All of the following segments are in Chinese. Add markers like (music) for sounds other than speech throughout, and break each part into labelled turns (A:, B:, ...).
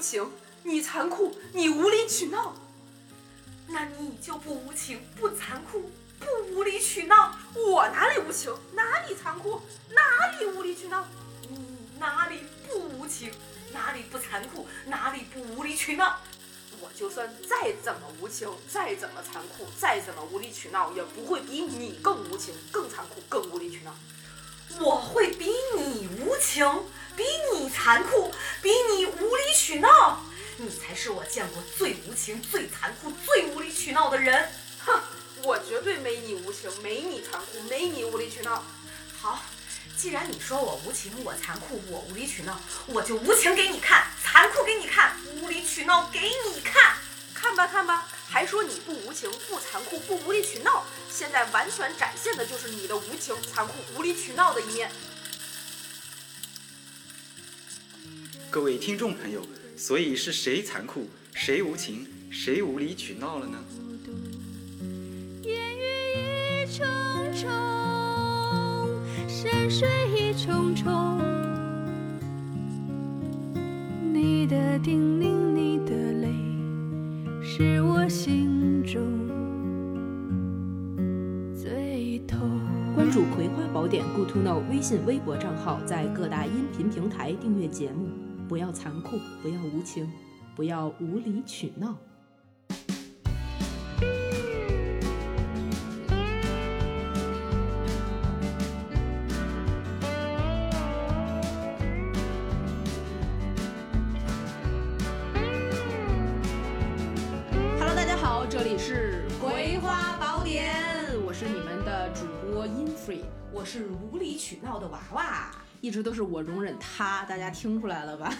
A: 行，你残酷，你无理取闹。
B: 那你就不无情、不残酷、不无理取闹，
A: 我哪里无情，哪里残酷，哪里无理取闹？
B: 你哪里不无情，哪里不残酷，哪里不无理取闹？
A: 我就算再怎么无情，再怎么残酷，再怎么无理取闹，也不会比你更无情、更残酷、更无理取闹。
B: 我会比你无情，比你残酷，比你无理取闹。你才是我见过最无情、最残酷、最无理取闹的人。
A: 哼，我绝对没你无情，没你残酷，没你无理取闹。
B: 好，既然你说我无情，我残酷，我无理取闹，我就无情给你看，残酷给你看，无理取闹给你看。
A: 看吧看吧，还说你不无情、不残酷、不无理取闹，现在完全展现的就是你的无情、残酷、无理取闹的一面。
C: 各位听众朋友，所以是谁残酷，谁无情，谁无理取闹了呢？
D: 烟雨一重重，山水一重重。你的叮咛，你的泪，是我心中最痛。
E: 关注《葵花宝典》Good to Know 微信、微博账号，在各大音频平台订阅节目。不要残酷，不要无情，不要无理取闹。Hello，大家好，这里是《葵花宝典》，我是你们的主播 Infree，
B: 我是无理取闹的娃娃，
E: 一直都是我容忍他，大家听出来了吧？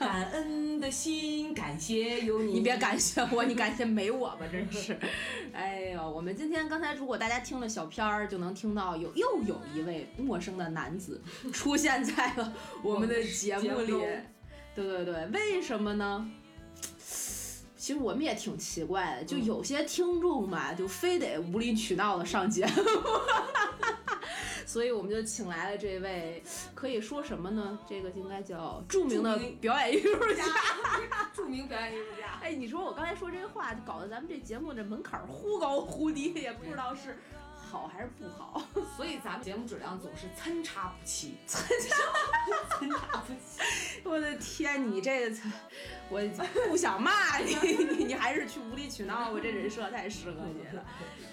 B: 感恩的心，感谢有你。
E: 你别感谢我，你感谢没我吧，真是。
B: (laughs)
E: 哎呦，我们今天刚才如果大家听了小片儿，就能听到有又有一位陌生的男子出现在了我们的节目里
B: 节目。
E: 对对对，为什么呢？其实我们也挺奇怪的，就有些听众嘛，就非得无理取闹的上节目， (laughs) 所以我们就请来了这位，可以说什么呢？这个应该叫著名的
B: 著名
E: 表演艺术家。
B: 家，著名表演艺术家。
E: 哎，你说我刚才说这话，就搞得咱们这节目这门槛儿忽高忽低，也不知道是好还是不好。 (laughs)
B: 所以咱们节目质量总是参差不齐，参差参差不齐。
E: 我的天，你这个，我不想骂你， (laughs) 你你还是去无理取闹吧，这人设太适合你
B: (laughs)
E: 了。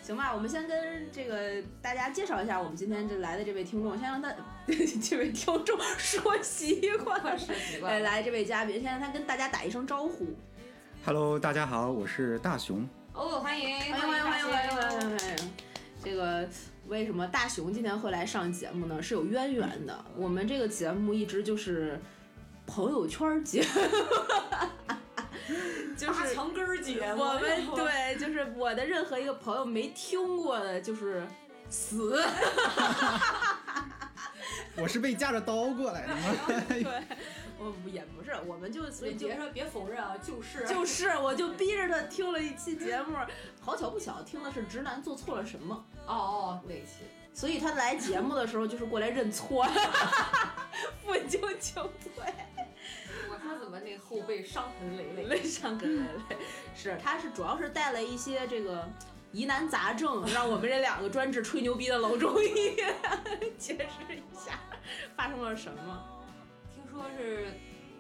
E: 行吧，我们先跟这个大家介绍一下我们今天这来的这位听众，先让他 (laughs) 这位听众说习惯了。
B: 是习
E: 哎，
B: 惯了。
E: 来这位嘉宾，先让他跟大家打一声招呼。
C: Hello，大家好，我是大熊。
B: 哦，欢迎，
E: 欢迎欢迎欢迎欢迎
B: 大
E: 欢
B: 家
E: 迎欢迎！这个为什么大熊今天会来上节目呢？是有渊源的。我们这个节目一直就是朋友圈儿节目，就
B: 八
E: 是
B: 墙根儿姐，
E: (laughs) 我们
B: 我
E: 对，就是我的任何一个朋友没听过的，就是死。
F: 我是被架着刀过来的吗？
E: 对， (laughs) 我也不是，我们就所以
B: 你
E: 就
B: 别说，别否认啊，就是
E: 就是，我就逼着他听了一期节目，好巧不巧，听的是直男做错了什么。
B: 哦哦，那期
E: 所以他来节目的时候就是过来认错，负荆请罪，
B: 我看怎么那后背伤痕累累。
E: 累
A: (laughs)
E: 上跟累累。是，他是主要是带了一些这个疑难杂症，让我们这两个专治吹牛逼的老中医解释一下发生了什么。
B: 听说是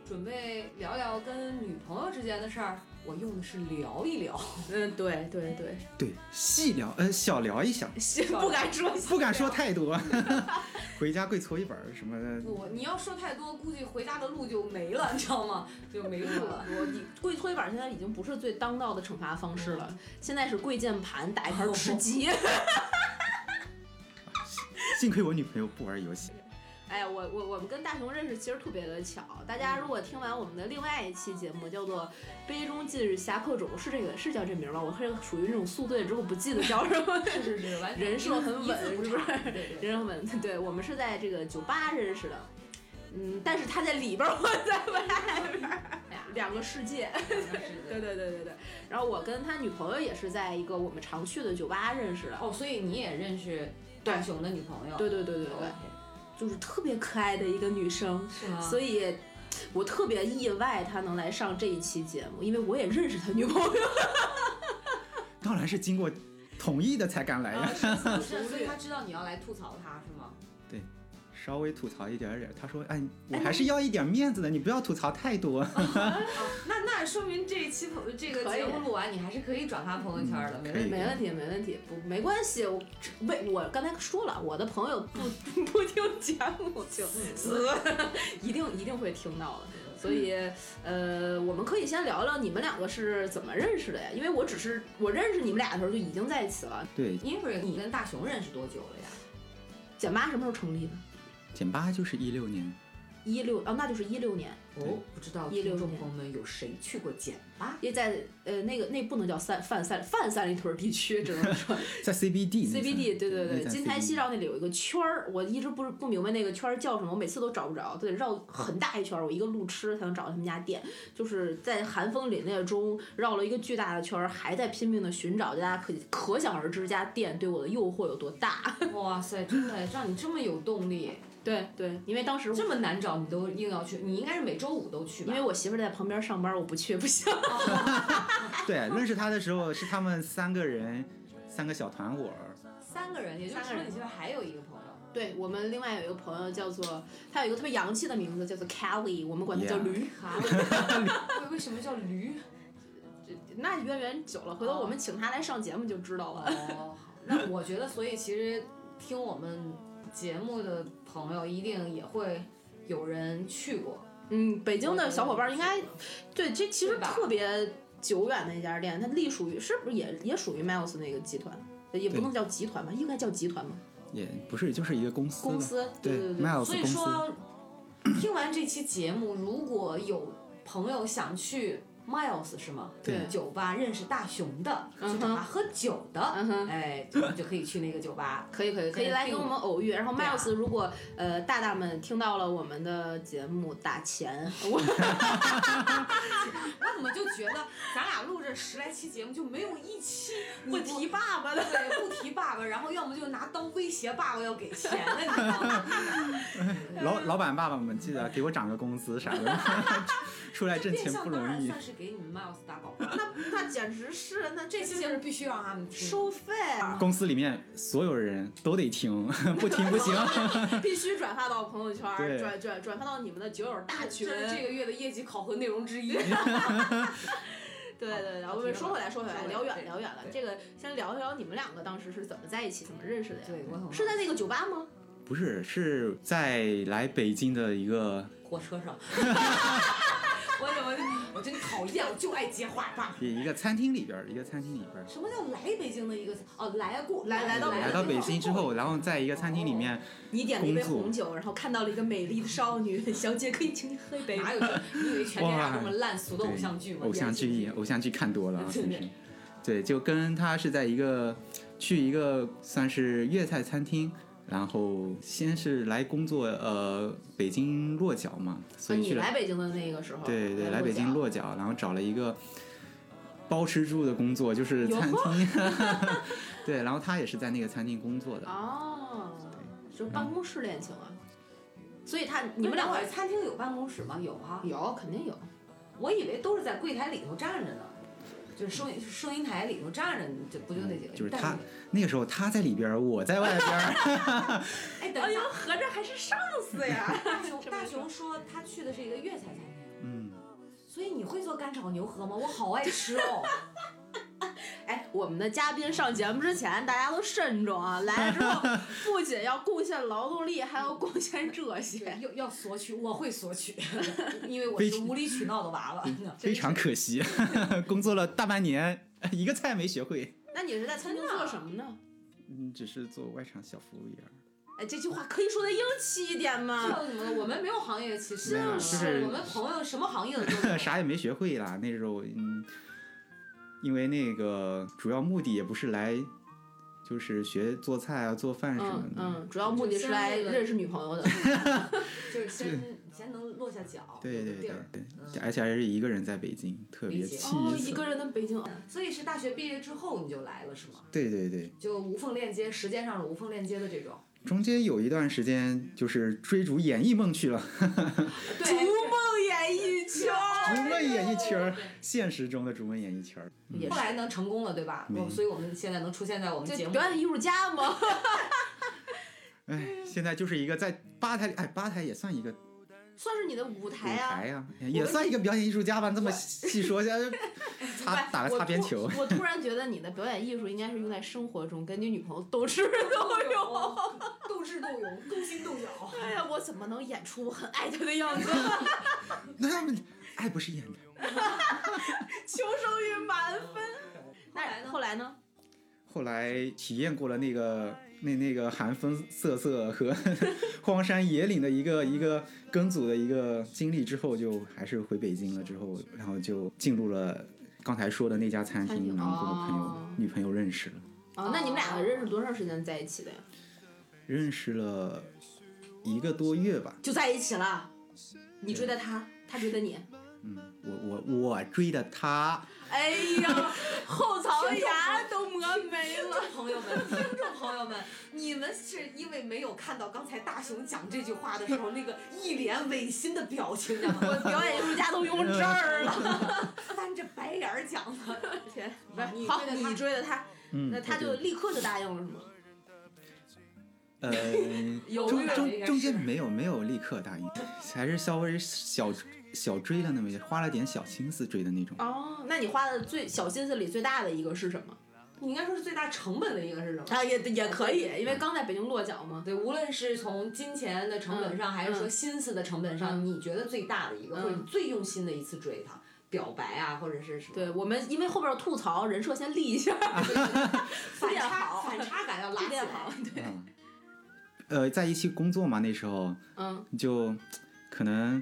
B: 准备聊聊跟女朋友之间的事儿，我用的是聊一聊，
E: 嗯，对对对，
F: (laughs) 对，细聊，呃，小聊一下，
E: 是不敢说，
F: 不敢说太多。 (laughs) 回家跪搓衣板儿什么的，
B: 我你要说太多，估计回家的路就没了，你知道吗？就没路
E: (laughs)
B: 了。
E: 我你跪搓衣板现在已经不是最当道的惩罚方式了，现在是跪键盘打一盘吃鸡。 (laughs)
F: 幸亏我女朋友不玩游戏。
E: 哎呀，我我我们跟大熊认识其实特别的巧。大家如果听完我们的另外一期节目，叫做《杯中尽是侠客冢》，是这个是叫这名儿吧？我是属于那种宿醉之后不记得叫什么， (laughs)
B: 是是是，完全
E: 人设很
B: 一字
E: 稳，
B: 不
E: 是不
B: 差
E: 是？
B: 对对对
E: 人设稳，对我们是在这个酒吧认识的。嗯，但是他在里边儿，我在外边儿，哎呀，两个世界。对对对对对。然后我跟他女朋友也是在一个我们常去的酒吧认识的。
B: 哦，所以你也认识大熊的女朋友？
E: 对对对对对，
B: 对，
E: 就是特别可爱的一个女生。
B: 是吗？
E: 所以我特别意外他能来上这一期节目，因为我也认识他女朋友。
F: 当然是经过同意的才敢来呀。
B: 啊是是所以他知道你要来吐槽他是吗？
F: 稍微吐槽一点点，他说：“哎，我还是要一点面子的，你不要吐槽太多。
B: 哦，那那说明这一期朋这个
E: 可以
B: 节目录完，你还是可以转发朋友圈的，没问题。
E: 没问题，没问题，不没关系。我为我刚才说了，我的朋友不 (laughs) 不听节目就死， (laughs) 一定一定会听到的。所以，呃，我们可以先聊聊你们两个是怎么认识的呀？因为我只是我认识你们俩的时候就已经在一起了。”
F: 对，
B: 因为你跟大熊认识多久了呀？
E: 简妈什么时候成立的？
F: 减八就是一六年，
E: 一六哦，那就是一六年，
B: 哦，不知道
E: 一六
B: 听众
E: 年
B: 朋友们有谁去过简吧？
E: 也在呃那个那不能叫三泛三泛三里屯地区，只能说
F: 在 CBD 那层
E: CBD，对对
F: 那
E: 对，
F: 在
E: 金
F: CBD
E: 台西绕那里有一个圈儿，我一直不是不明白那个圈儿叫什么，我每次都找不着，都得绕很大一圈儿，我一个路痴才能找到他们家店，就是在寒风凛冽中绕了一个巨大的圈儿，还在拼命的寻找，大家可可想而知这家店对我的诱惑有多大。
B: 哇塞，真的让你这么有动力，
E: 对对，因为当时
B: 这么难找你都硬要去，你应该是每周五都去吧？
E: 因为我媳妇儿在旁边上班，我不去不行。 (laughs)
F: 对，认识他的时候是他们三个人，三个小团伙儿，
B: 三个人，也就是说你这边还有一个朋友，
E: 对我们另外有一个朋友叫做，他有一个特别洋气的名字叫做 Kelly，我们管他叫
F: Yeah
E: 驴。
B: 哈，为为什么叫驴？
E: 那渊源久了，回头我们请他来上节目就知道了。
B: 哦，好那我觉得，所以其实听我们节目的朋友一定也会有人去过。
E: 嗯，北京的小伙伴应该
B: 我觉得
E: 对
F: 嗯
E: 这其实
B: 对吧
E: 特别久远的一家店，它隶属于是不是也也属于 Miles 那个集团？也不能叫集团吧，应该叫集团吧，
F: 也不是就是一个公司
E: 公
F: 了
E: 司。
F: 对
E: 对对，
F: ，Miles
B: 所以
F: 公司，
B: 说，听完这期节目，如果有朋友想去 Miles 是吗？
E: 对
B: 酒吧认识大熊的，
E: 嗯
B: 去
E: 哼
B: 找他喝酒的，
E: 嗯哼，
B: 哎，就就可以去那个酒吧。
E: 可以可以可以
B: 对
E: 来
B: 并
E: 跟我们偶遇。然后
B: 对啊
E: Miles 如果呃大大们听到了我们的节目打钱， (laughs) 我
B: 我怎么就觉得咱俩录这十来期节目就没有一期不提
E: 爸爸的。
B: 对，不提爸爸，然后要么就拿刀威胁爸爸要给钱的，你知道吗？
F: 老老板爸爸们记得给我涨个工资啥的， (laughs) 出来挣
B: 变
F: 钱
B: 相
F: 不
B: 当
F: 容
B: 然
F: 易
B: 算。是给你们 Miles 打广告。 (laughs)
E: 那那简直是，那
B: 这
E: 这
B: 期节目必须让他们听。
E: 收费啊
F: 公司里面所有人都得听， (laughs) 不听不行。
E: 必须转发到朋友圈儿，
F: 对
E: 转转转发到你们的酒友大群。
B: 这是这个月的业绩考核内容 (laughs) 之一。
E: 对对对，然后
B: 好
E: 我
B: 挺
E: 们
B: 好
E: 说回来说回
B: 说
E: 来，
B: 回来
E: 聊远
B: 对
E: 聊远了。
B: 对
E: 这个先聊一聊你们两个当时是怎么在一起、怎么认识的呀？
B: 对，我很
E: 是在那个酒吧吗？
F: 不是，是在来北京的一个
B: 火车 (laughs) 上。我怎么，我真讨厌，我就爱接话吧。
F: 一个餐厅里边儿，一个餐厅里边儿。
B: 什么叫来北京的一个哦，来过
E: 来来到
F: 来到北京之后，然后在一个餐厅里面，
E: 你点了一杯
F: 工作
E: 红酒，然后看到了一个美丽的少女，小姐可以请你喝一杯吗
B: 哪？有这？你以为全天下这么烂俗的
F: 对
B: 偶像剧吗？
F: 偶像剧，偶像剧看多了啊，
B: 对
F: 真是。对，就跟他是在一个去一个算是粤菜餐厅，然后先是来工作，呃，北京落脚嘛，所以
E: 啊你
F: 去了
E: 来北京的那个时候，
F: 对对，
E: 来
F: 来北京
E: 落
F: 落脚，然后找了一个包吃住的工作，就是
E: 有
F: 餐厅。 (laughs) 对，然后他也是在那个餐厅工作的。
E: 哦，就是办公室恋情啊。所以他你
B: 你
E: 们
B: 们
E: 两
B: 两
E: 个
B: 会儿餐厅有办公室吗？有啊，
E: 有肯定有，
B: 我以为都是在柜台里头站着呢，就是收银收银台里头站着，这嗯不就那几个人？
F: 就是
B: 但
F: 他那个时候他在里边儿，我在外边儿。
B: 哎，等一下，
E: 合着还是上司呀。
B: (laughs) 大熊
E: 这么
B: 大
E: 一说
B: 熊说他去的是一个粤菜餐厅，
F: 嗯，
B: 所以你会做干炒牛河吗？我好爱吃
E: (laughs)
B: 哦。
E: 哎，我们的嘉宾上节目之前，大家都慎重啊！来了之
F: (laughs)
E: 后，不仅要贡献劳动力，还要贡献这些。
B: 要要索取，我会索
E: (laughs)
B: 取，因为我是无理取闹的娃娃。
F: 非常可惜， (laughs) 工作了大半年，一个菜没学会。
E: 那你是在餐厅做什么呢？
F: 嗯，只是做外场小服务员儿。
E: 哎，这句话可以说的英气一点吗？
B: (laughs) 这我们没有行业歧视，
E: (laughs)
F: 没有就是
B: 我们朋友什么行业的都有。
F: (laughs) 啥也没学会啦。那时候，嗯，因为那个主要目的也不是来，就是学做菜啊、做饭什么
E: 嗯
F: 的。
E: 嗯，主要目的是来认识女朋友的。
B: 就是先先能落下脚，
F: 嗯对
B: 有
F: 对
B: 个
F: 对
B: 地儿。
F: 对，而且还是一个人在北京，特别
B: 理解
F: 气
E: 嗯哦，一
F: 死。
E: 个人的北京，
B: 所以是大学毕业之后你就来了是吗？
F: 对对对，
B: 就无缝链接，时间上是无缝链接的这种。
F: 中
E: 哦
F: 间有一段时间就是追逐演艺梦去了。
B: 对，
E: 梦演
F: (laughs)
E: 艺
F: 逐梦演艺圈儿， (laughs) 现实中的逐梦演艺圈儿。
E: 也
B: 后
E: 是
B: 来呢成功了，对吧？
F: 嗯没
B: 我所以我们现在能出现在我们节
E: 这
B: 目
E: 表演艺术家嘛，
F: 哎，现在就是一个在吧台里，哎，吧台也算一个舞
E: (laughs) 算是你的舞台啊。
F: 台呀、也算一个表演艺术家吧。这么细说一下，
E: (laughs)
F: 擦打个擦边球 (laughs)
E: 哎我。突我突然觉得你的表演艺术应该是用在生活中，跟你女朋友斗智斗
B: 斗
E: 勇。
B: 勇，斗智斗勇，勾心斗角。
E: 哎呀，我怎么能演出我很爱他的样子？ (laughs)
F: 那么爱不是演的。
E: 求生欲满分。那后来呢？
F: 后来体验过了那个那那个寒风瑟瑟和 (laughs) 荒山野岭的一个一个跟组的一个经历之后，就还是回北京了。之后，然后就进入了刚才说的那家餐
E: 餐
F: 厅，
E: 厅
F: 然后跟我朋友、
E: 哦
F: 女朋友认识了，
E: 啊，那你们两个认识多长时间在一起的呀？
F: 认识了一个多月吧。
E: 就在一起了。你追的他，他追的你。
F: 嗯，我我我追的她，
E: 哎呀，后槽
B: 哎 (laughs)
E: 牙都磨没了。
B: 朋友们，听众朋友们，你们是因为没有看到刚才大熊讲这句话的时候那个一脸违心的表情，你啊知道吗？
E: 表演艺术家都用这儿了。
B: 翻着白眼儿讲的。
E: 天，不
B: 你
E: 是好，
B: 追的他
E: 你追的他，
F: 嗯，
E: 那他
F: 我
E: 就立刻就答应了，是吗？
F: 呃，
B: 犹豫了
F: 中
B: 应
F: 中
B: 该
F: 中
B: 是
F: 间没有没有立刻答应，还是稍微小小追了那么一花了点小心思追的那种。
E: 哦，那你花的最小心思里最大的一个是什么？
B: 你应该说是最大成本的一个是什么？
E: 啊，也也可以，因为刚在北京落脚嘛。
B: (laughs) 对，无论是从金钱的成本上，
E: 嗯
B: 还是说心思的成本上，
E: 嗯
B: 你觉得最大的一个，
E: 嗯
B: 或者你最用心的一次追他，表白啊，或者是什么？
E: 对我们，因为后边有吐槽，人设先立一下， (laughs)
B: 反
E: 练
B: 差
E: 好
B: 反差感要拉 (laughs) 起
E: 拉
B: 来
E: 练。好。对，
F: 嗯，呃，在一起工作嘛，那时候
E: (laughs) 嗯，
F: 就可能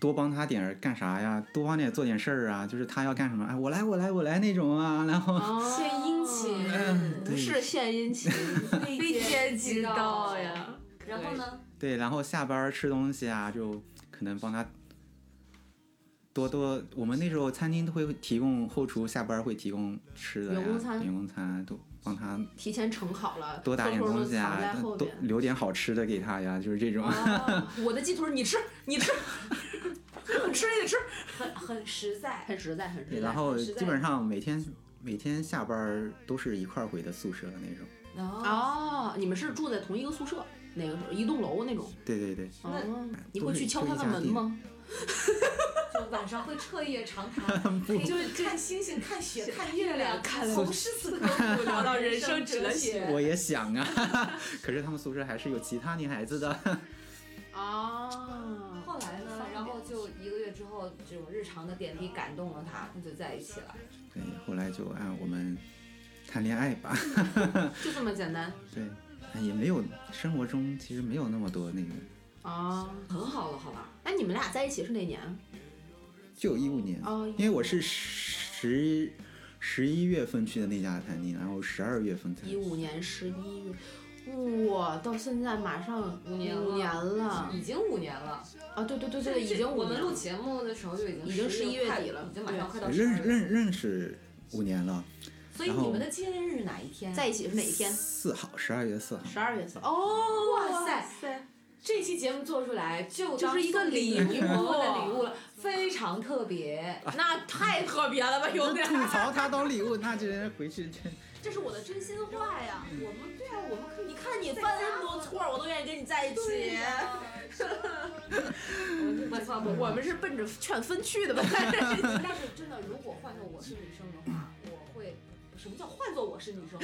F: 多帮他点儿干啥呀，多帮点做点事儿啊，就是他要干什么，哎，我来我来我来那种啊，然后、
E: 哦
B: 献殷勤，
F: (laughs)
E: 不嗯是献殷勤，
B: 嗯被
E: 天
B: 知
E: 知道呀。
B: 然后呢？
F: 对，然后下班儿吃东西啊，就可能帮他。多多，我们那时候餐厅都会提供后厨下班儿会提供吃的呀，
E: 员工餐
F: 员工餐都帮他
E: 提前盛好了，
F: 多打点
E: 偷偷
F: 东
E: 地
F: 西
E: 藏在
F: 啊，
E: 后
F: 多
E: 边。
F: 留点好吃的给他呀，就是这种。
E: 啊我的鸡腿儿你吃，你吃， (laughs) 吃也得吃，
B: 很很实在。
E: 很实在，很
F: 对
E: 实在。
F: 然后
B: 实在
F: 基本上每天每天下班儿都是一块儿回的宿舍的那种。
B: 哦，
E: 哦，你们是住在同一个宿舍，那个时候一栋楼那种。
F: 对对对，
E: 哦
B: 那，
E: 你会去敲他的门吗？
B: 就晚上会彻夜长
E: (laughs)
B: 谈，可以就是看星星、看雪、看月亮，
E: 看
B: 从诗词
E: (laughs)
B: 歌赋聊到人生哲学。
F: 我也想啊， (laughs) 可是他们宿舍还是有其他女孩子
E: (laughs)
F: 的。
E: 啊，
B: 后来呢？然后就一个月之后，这种日常的点滴感动了他，那就在一起了。
F: 对，后来就按我们谈恋爱吧。
E: 就这么简单
F: 对，哎也没有生活中其实没有那么多那个，
E: 啊。
B: 很好了，好吧？
E: 哎，你们俩在一起是哪年？
F: 就一五年，
E: 哦，
F: 因为我是十十一月份去的那家餐厅，然后十二月份才
E: 一五年十一月，哇，到现在马上
B: 五年了
E: 五年了
B: 已经五年了，
E: 啊！对对对
B: 这
E: 对，已经
B: 我
E: 五
B: 们
E: 年
B: 录
E: 了。
B: 节目的时候就已经
E: 已经
B: 十
E: 11月
B: 快
E: 底了
B: 已经马上快到十
F: 认
B: 二
F: 识
B: 月了。
F: 认认识五年了，
B: 所以
F: 然后
B: 你们的纪念日是哪一天？
E: 在一起是哪一天？
F: 四号，十二月四号。
E: 十二月四号。哦，
B: 哇塞
E: 塞！
B: 这期节目做出来就
E: 就是一个礼
B: 物的
E: 物哦
B: 礼物了，非常特别。
E: 那太特别了吧，有点。
F: 吐槽他当礼物，那这人回去真
E: 这是我的真心话呀！
B: 我们对啊，我们可以
E: 你看你犯那么多错儿，我都愿意跟你在一起。
B: 我操，
E: 我们是奔着劝分去 (laughs) 的吧？但是
B: 但是真的，如果换做我是女生的话，我会什么叫换做我是女生？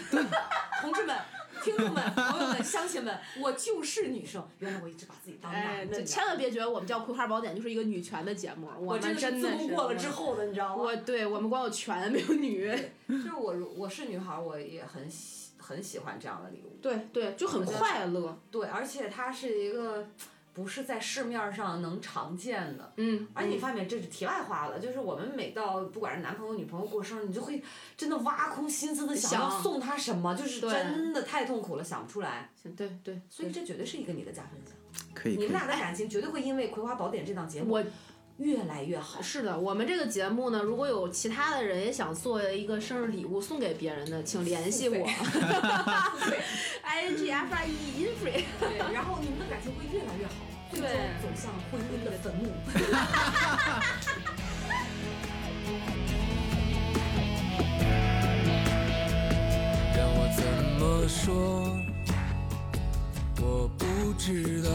B: 同志们、听众
E: (laughs)
B: 们、朋友们、乡亲们，我就是女生。原来我一直把自己当
E: 哎，
B: 男
E: 那
B: 的，
E: 千万别觉得我们叫《葵花宝典》就是一个女权的节目，
B: 我
E: 们
B: 真
E: 真
B: 是
E: 的
B: 自宫
E: 是
B: 过了之，后的，你知道吗
E: 我？对我们光有权没有女， (laughs)
B: 就是我如，我是女孩儿，我也很喜很喜欢这样的礼物。
E: 对对，就很快乐，
B: 对，而且它是一个不是在市面上能常见的。
E: 嗯，
B: 而且你发现这是题外话了，就是我们每到不管是男朋友女朋友过生日，你就会真的挖空心思的想要
E: 想
B: 送他什么，就是
E: 对
B: 真的太痛苦了，想不出来。
E: 嗯对对，
B: 所以这绝对是一个你的加分项，
F: 可以可
B: 你
F: 以
B: 们。俩的感情绝对会因为《葵花宝典》这档节目
E: 我
B: 越来越好。
E: 是的，我们这个节目呢，如果有其他的人也想做一个生日礼物送给别人的，请联系 (laughs) 我，i n g f r e e infree。
B: 对，然后你们的感情会越来越好。最终
E: 对
B: 走向婚姻的坟墓。
G: 让我怎么说？我不知道，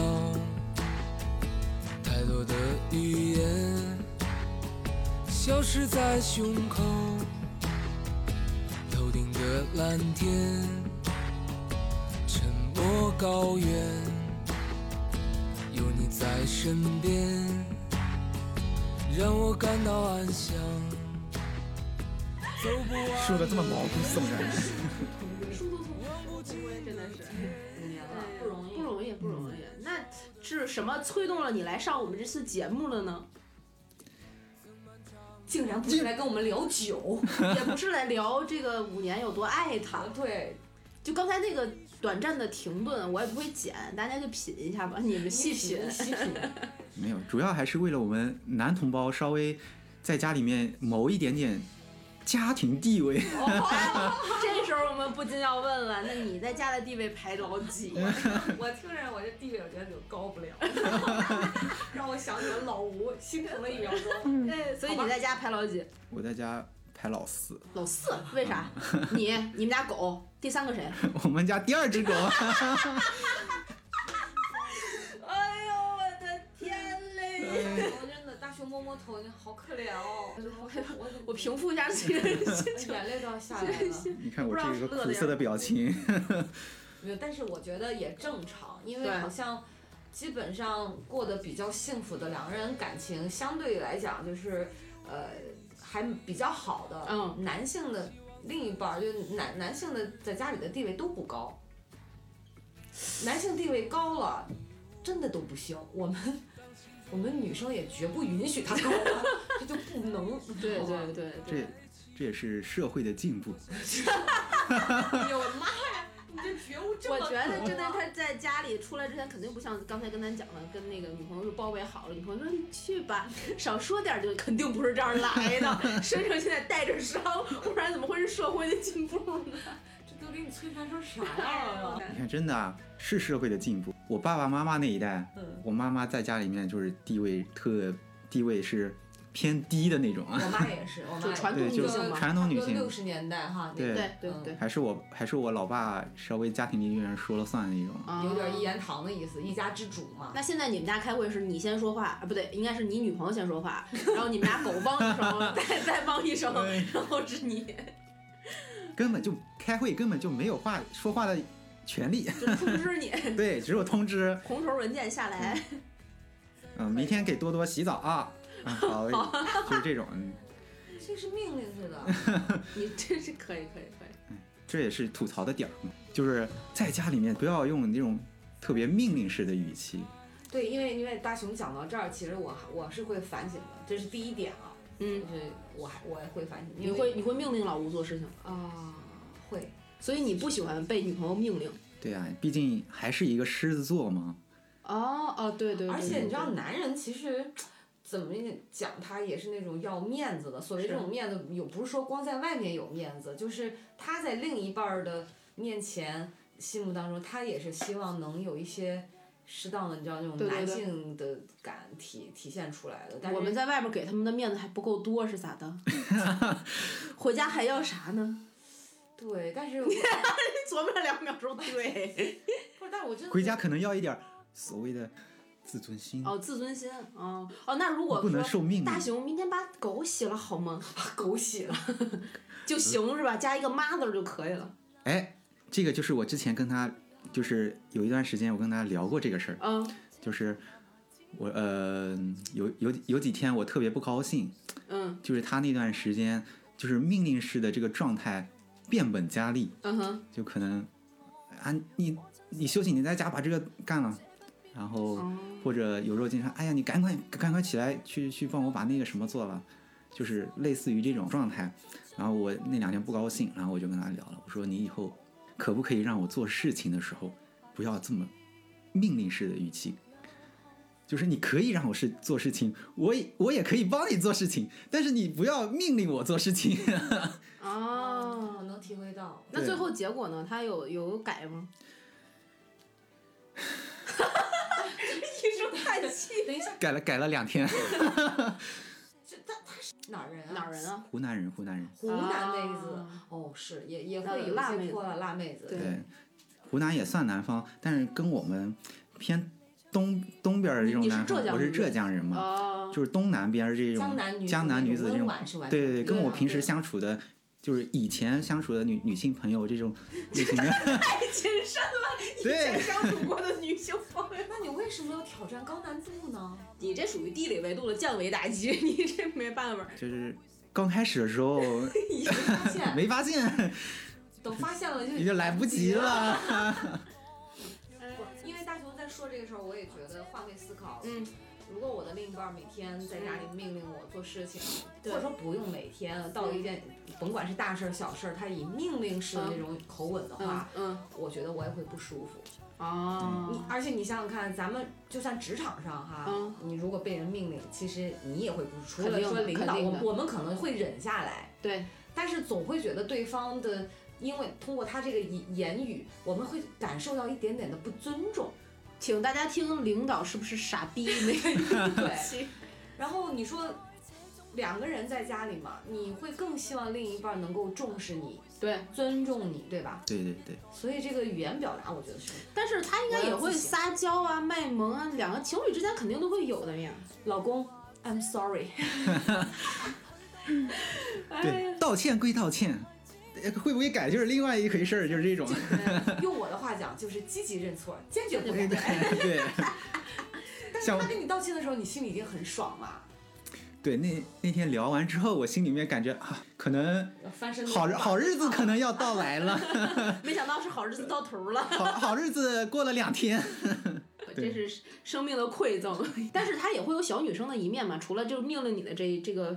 G: 太多的语言消失在胸口，头顶的蓝天，沉默高原，有你在身边，让我感到安详。走不完。
F: 说的这么毛骨悚然。
E: 殊途同归，真的是。嗯
B: 五年了，嗯不容易
E: 不。容易，嗯不容易。那是什么催动了你来上我们这次节目了 (laughs) 呢？
B: 竟然不是来跟我们聊酒，
E: 也不是来聊这个五年有多爱他，
B: (laughs) 对，
E: 就刚才那个短暂的停顿，我也不会剪，大家就品一下吧，你们细品。
B: 细品，
F: 没有，主要还是为了我们男同胞稍微在家里面谋一点点家庭地位。
E: (laughs)
F: (laughs)
E: 这时候我们不禁要问了，那你在家的地位排老 (laughs) 几？
B: 我听着我这地位，我觉得就高 (laughs) 不了，让我想起了老吴，心疼了一秒钟。
E: 哎，所以你在家排老几？
F: 我在家排老四，
E: 老四，为啥？你、你们家狗，第三个谁？
F: 我们家第二只狗。
E: 哎呦我的天嘞！
B: 我真的大熊摸摸头，你好可怜哦，我
E: 我平复一下自己的心情。
B: 眼泪都要下来了。
F: 你看我这个苦涩的表情，
B: 没有，但是我觉得也正常，因为
E: 对
B: 好像基本上过得比较幸福的两个人感情，相对来讲就是呃还比较好的，
E: 嗯
B: 男性的另一半儿就男男性的在家里的地位都不高，男性地位高了，真的都不行，我们。我们女生也绝不允许他高了，他就不能。
E: 对
B: 好吧
E: 对对对。
F: 这这也是社会的进步。
B: 哎呦我的妈呀！你这觉悟这么
E: 我觉得
B: 高
E: 真的，
B: 啊
E: 他在家里出来之前肯定不像刚才跟咱讲的，跟那个女朋友就包围好了。女朋友说你去吧，少说点儿就肯定不是这样来的。身上现在带着伤，不然怎么会是社会的进步呢？
B: 这都给你摧残成啥样了？
F: 你看，真的啊，是社会的进步。我爸爸妈妈那一代，
B: 嗯
F: 我妈妈在家里面就是地位特地位是偏低的那种啊，
B: 我妈也是，我妈
E: 就
B: 也是
E: 传统
F: 对，就
E: 女
F: 是
E: 性嘛
F: 传统女性
B: 六。十年代哈，那
F: 对
E: 对对对，
F: 还是我还是我老爸稍微家庭里面说了算的那种。
E: 啊
B: 有点一。言堂的意思，一家之主嘛。
E: 那现在你们家开会是你先说话，啊不对，应该是你女朋友先说话， (laughs) 然后你们家狗汪一 (laughs) 声，再再汪一声，然后是 (laughs) 你，
F: 根本就开会根本就没有话说话的权利， (laughs)
E: 就通知你，
F: 对，只有通知，
E: 红头文件下来。 (laughs)
F: 嗯，明天给多多洗澡啊，啊
E: (laughs)
F: 好，就是这种，嗯
B: 这是命令似的，
E: 你真是可以可以可以，
F: 这也是吐槽的点儿，嗯就是在家里面不要用那种特别命令式的语气，
B: (laughs) 对，因为因为大熊讲到这儿，其实我我是会反省的，这是第一点啊，
E: 嗯
B: 就。是我还我也会反省，
E: 你
B: 因为
E: 会你会命令老吴做事情，
B: 啊会，
E: 所以你不喜欢被女朋友命令。
F: 对啊，毕竟还是一个狮子座嘛，
E: 哦哦，对对
B: 而且你知道，男人其实。怎么讲，他也是那种要面子的。所谓这种面子，有不是说光在外面有面子，就是他在另一半儿的面前、心目当中，他也是希望能有一些适当的，你知道那种
E: 对对
B: 男
E: 对
B: 性的感体体现出来的。但是
E: 我们在外面给他们的面子还不够多是咋 (laughs) 的？回家还要啥呢？
B: 对，但是我
E: (laughs) 琢磨了两秒钟，对，
B: 不是，但是我真的
F: 回家可能要一点儿所谓的自尊心，
E: 哦，自尊心，哦哦，那如果
F: 不能
E: 说
F: 受命令
E: 大，熊明天把狗洗了好 (laughs) 吗？
B: 狗血了。
E: 就行是吧？加一个 mother 就可以了。
F: 哎，这个就是我之前跟他，就是有一段时间我跟他聊过这个事儿。
E: 嗯
F: 就是我呃有有有几天我特别不高兴，
E: 嗯
F: 就是他那段时间就是命令式的这个状态变本加厉，
E: 嗯哼，
F: 就可能啊你你休息你在家把这个干了，然后
E: 哦，
F: 或者有时候经常哎呀你赶快赶快起来去去帮我把那个什么做了，就是类似于这种状态。然后我那两天不高兴，然后我就跟他聊了，我说你以后可不可以让我做事情的时候不要这么命令式的语气？就是你可以让我是做事情，我也我也可以帮你做事情，但是你不要命令我做事情。 (laughs)
B: 嗯我
E: 哦，
B: 能体会到。
E: (laughs) 那最后结果呢？他有有改吗？
B: 一
A: 声叹气。
B: (laughs) 等一下，
F: 改了改了两天， (laughs)
B: 这他他是哪儿人啊？
E: 哪儿人？啊？
F: 湖南人，湖南人，
B: 湖南妹子。
E: 啊
B: 哦，是也也
E: 那
B: 会有
E: 辣
B: 一
E: 妹
B: 些
E: 子
B: 泼辣辣妹子。
E: 对
F: 对，湖南也算南方，但是跟我们偏东东边儿的这种
E: 你是
F: 南方
E: 浙，江
F: 我是
E: 人
F: 浙江人嘛，
E: 哦，
F: 就是东南边儿这
B: 江
F: 种
B: 南女
F: 江南女
B: 子
F: 子
B: 那
F: 这
B: 种
F: 种
B: 温婉是完全
F: 对对对，跟
E: 对
F: 我
E: 啊
F: 平时
B: 对
F: 相处的，就是以前相处的女女性朋友这种类
E: (laughs)
F: 型的， (laughs)
E: 谨慎了，以
F: 对
E: 前相处过的女性朋友，
B: 那你为什么要挑战高难度呢？
E: (laughs) 你这属于地理维度的降维打击， (laughs) 你这没办法。
F: 就是刚开始的时
E: (laughs)
F: 候
B: 你没发现，
F: 没发现，
B: 等发现了就
F: 也就来不及。了。
B: 不，因为大熊在说这个时候，我也觉得换位思考。
E: 嗯，
B: 如果我的另一半每天在家里命令我做事情，
E: 对
B: 或者说不用每天到一件，甭管是大事儿小事儿，他以命令式的
E: 嗯
B: 那种口吻的
E: 嗯
B: 话，
E: 嗯
B: 我觉得我也会不舒服。你
E: 哦，
B: 而且你想想看，咱们就算职场上哈，
E: 嗯
B: 你如果被人命令，其实你也会不舒服。除
E: 肯
B: 了
E: 定的
B: 说领导，
E: 肯定的
B: 我我们可能会忍下来，
E: 对，
B: 但是总会觉得对方的，因为通过他这个言言语，我们会感受到一点点的不尊重。
E: 请大家听领导是不是傻逼那 (laughs) 个
B: 对
E: 期，
B: 然后你说两个人在家里嘛，你会更希望另一半能够重视你、
E: 对，
B: 尊重你，对吧？
F: 对对对，
B: 所以这个语言表达，我觉得是
E: 但是他应该也会撒娇啊、卖萌啊，两个情侣之间肯定都会有的呀。
B: 老公，I'm sorry，
E: 哎
F: 对，道歉归道歉，呃会不会改就是另外一回事儿，就是这种。
B: 用我的话讲就是积极认错，坚决不
E: 坚
B: 改。
F: 对， (laughs)
B: 但是
F: 像
B: 他跟你道歉的时候，你心里已经很爽嘛，
F: 对，那那天聊完之后，我心里面感觉啊，可能
B: 翻身
F: 好日好日子可能要到来
E: (laughs)
F: 了，
E: 没想到是好日子到头了，
F: 好好日子过了两天。
E: 这
F: 对
E: 是生命的馈赠。 (laughs) 但是他也会有小女生的一面嘛，除了就是命令你的这这个。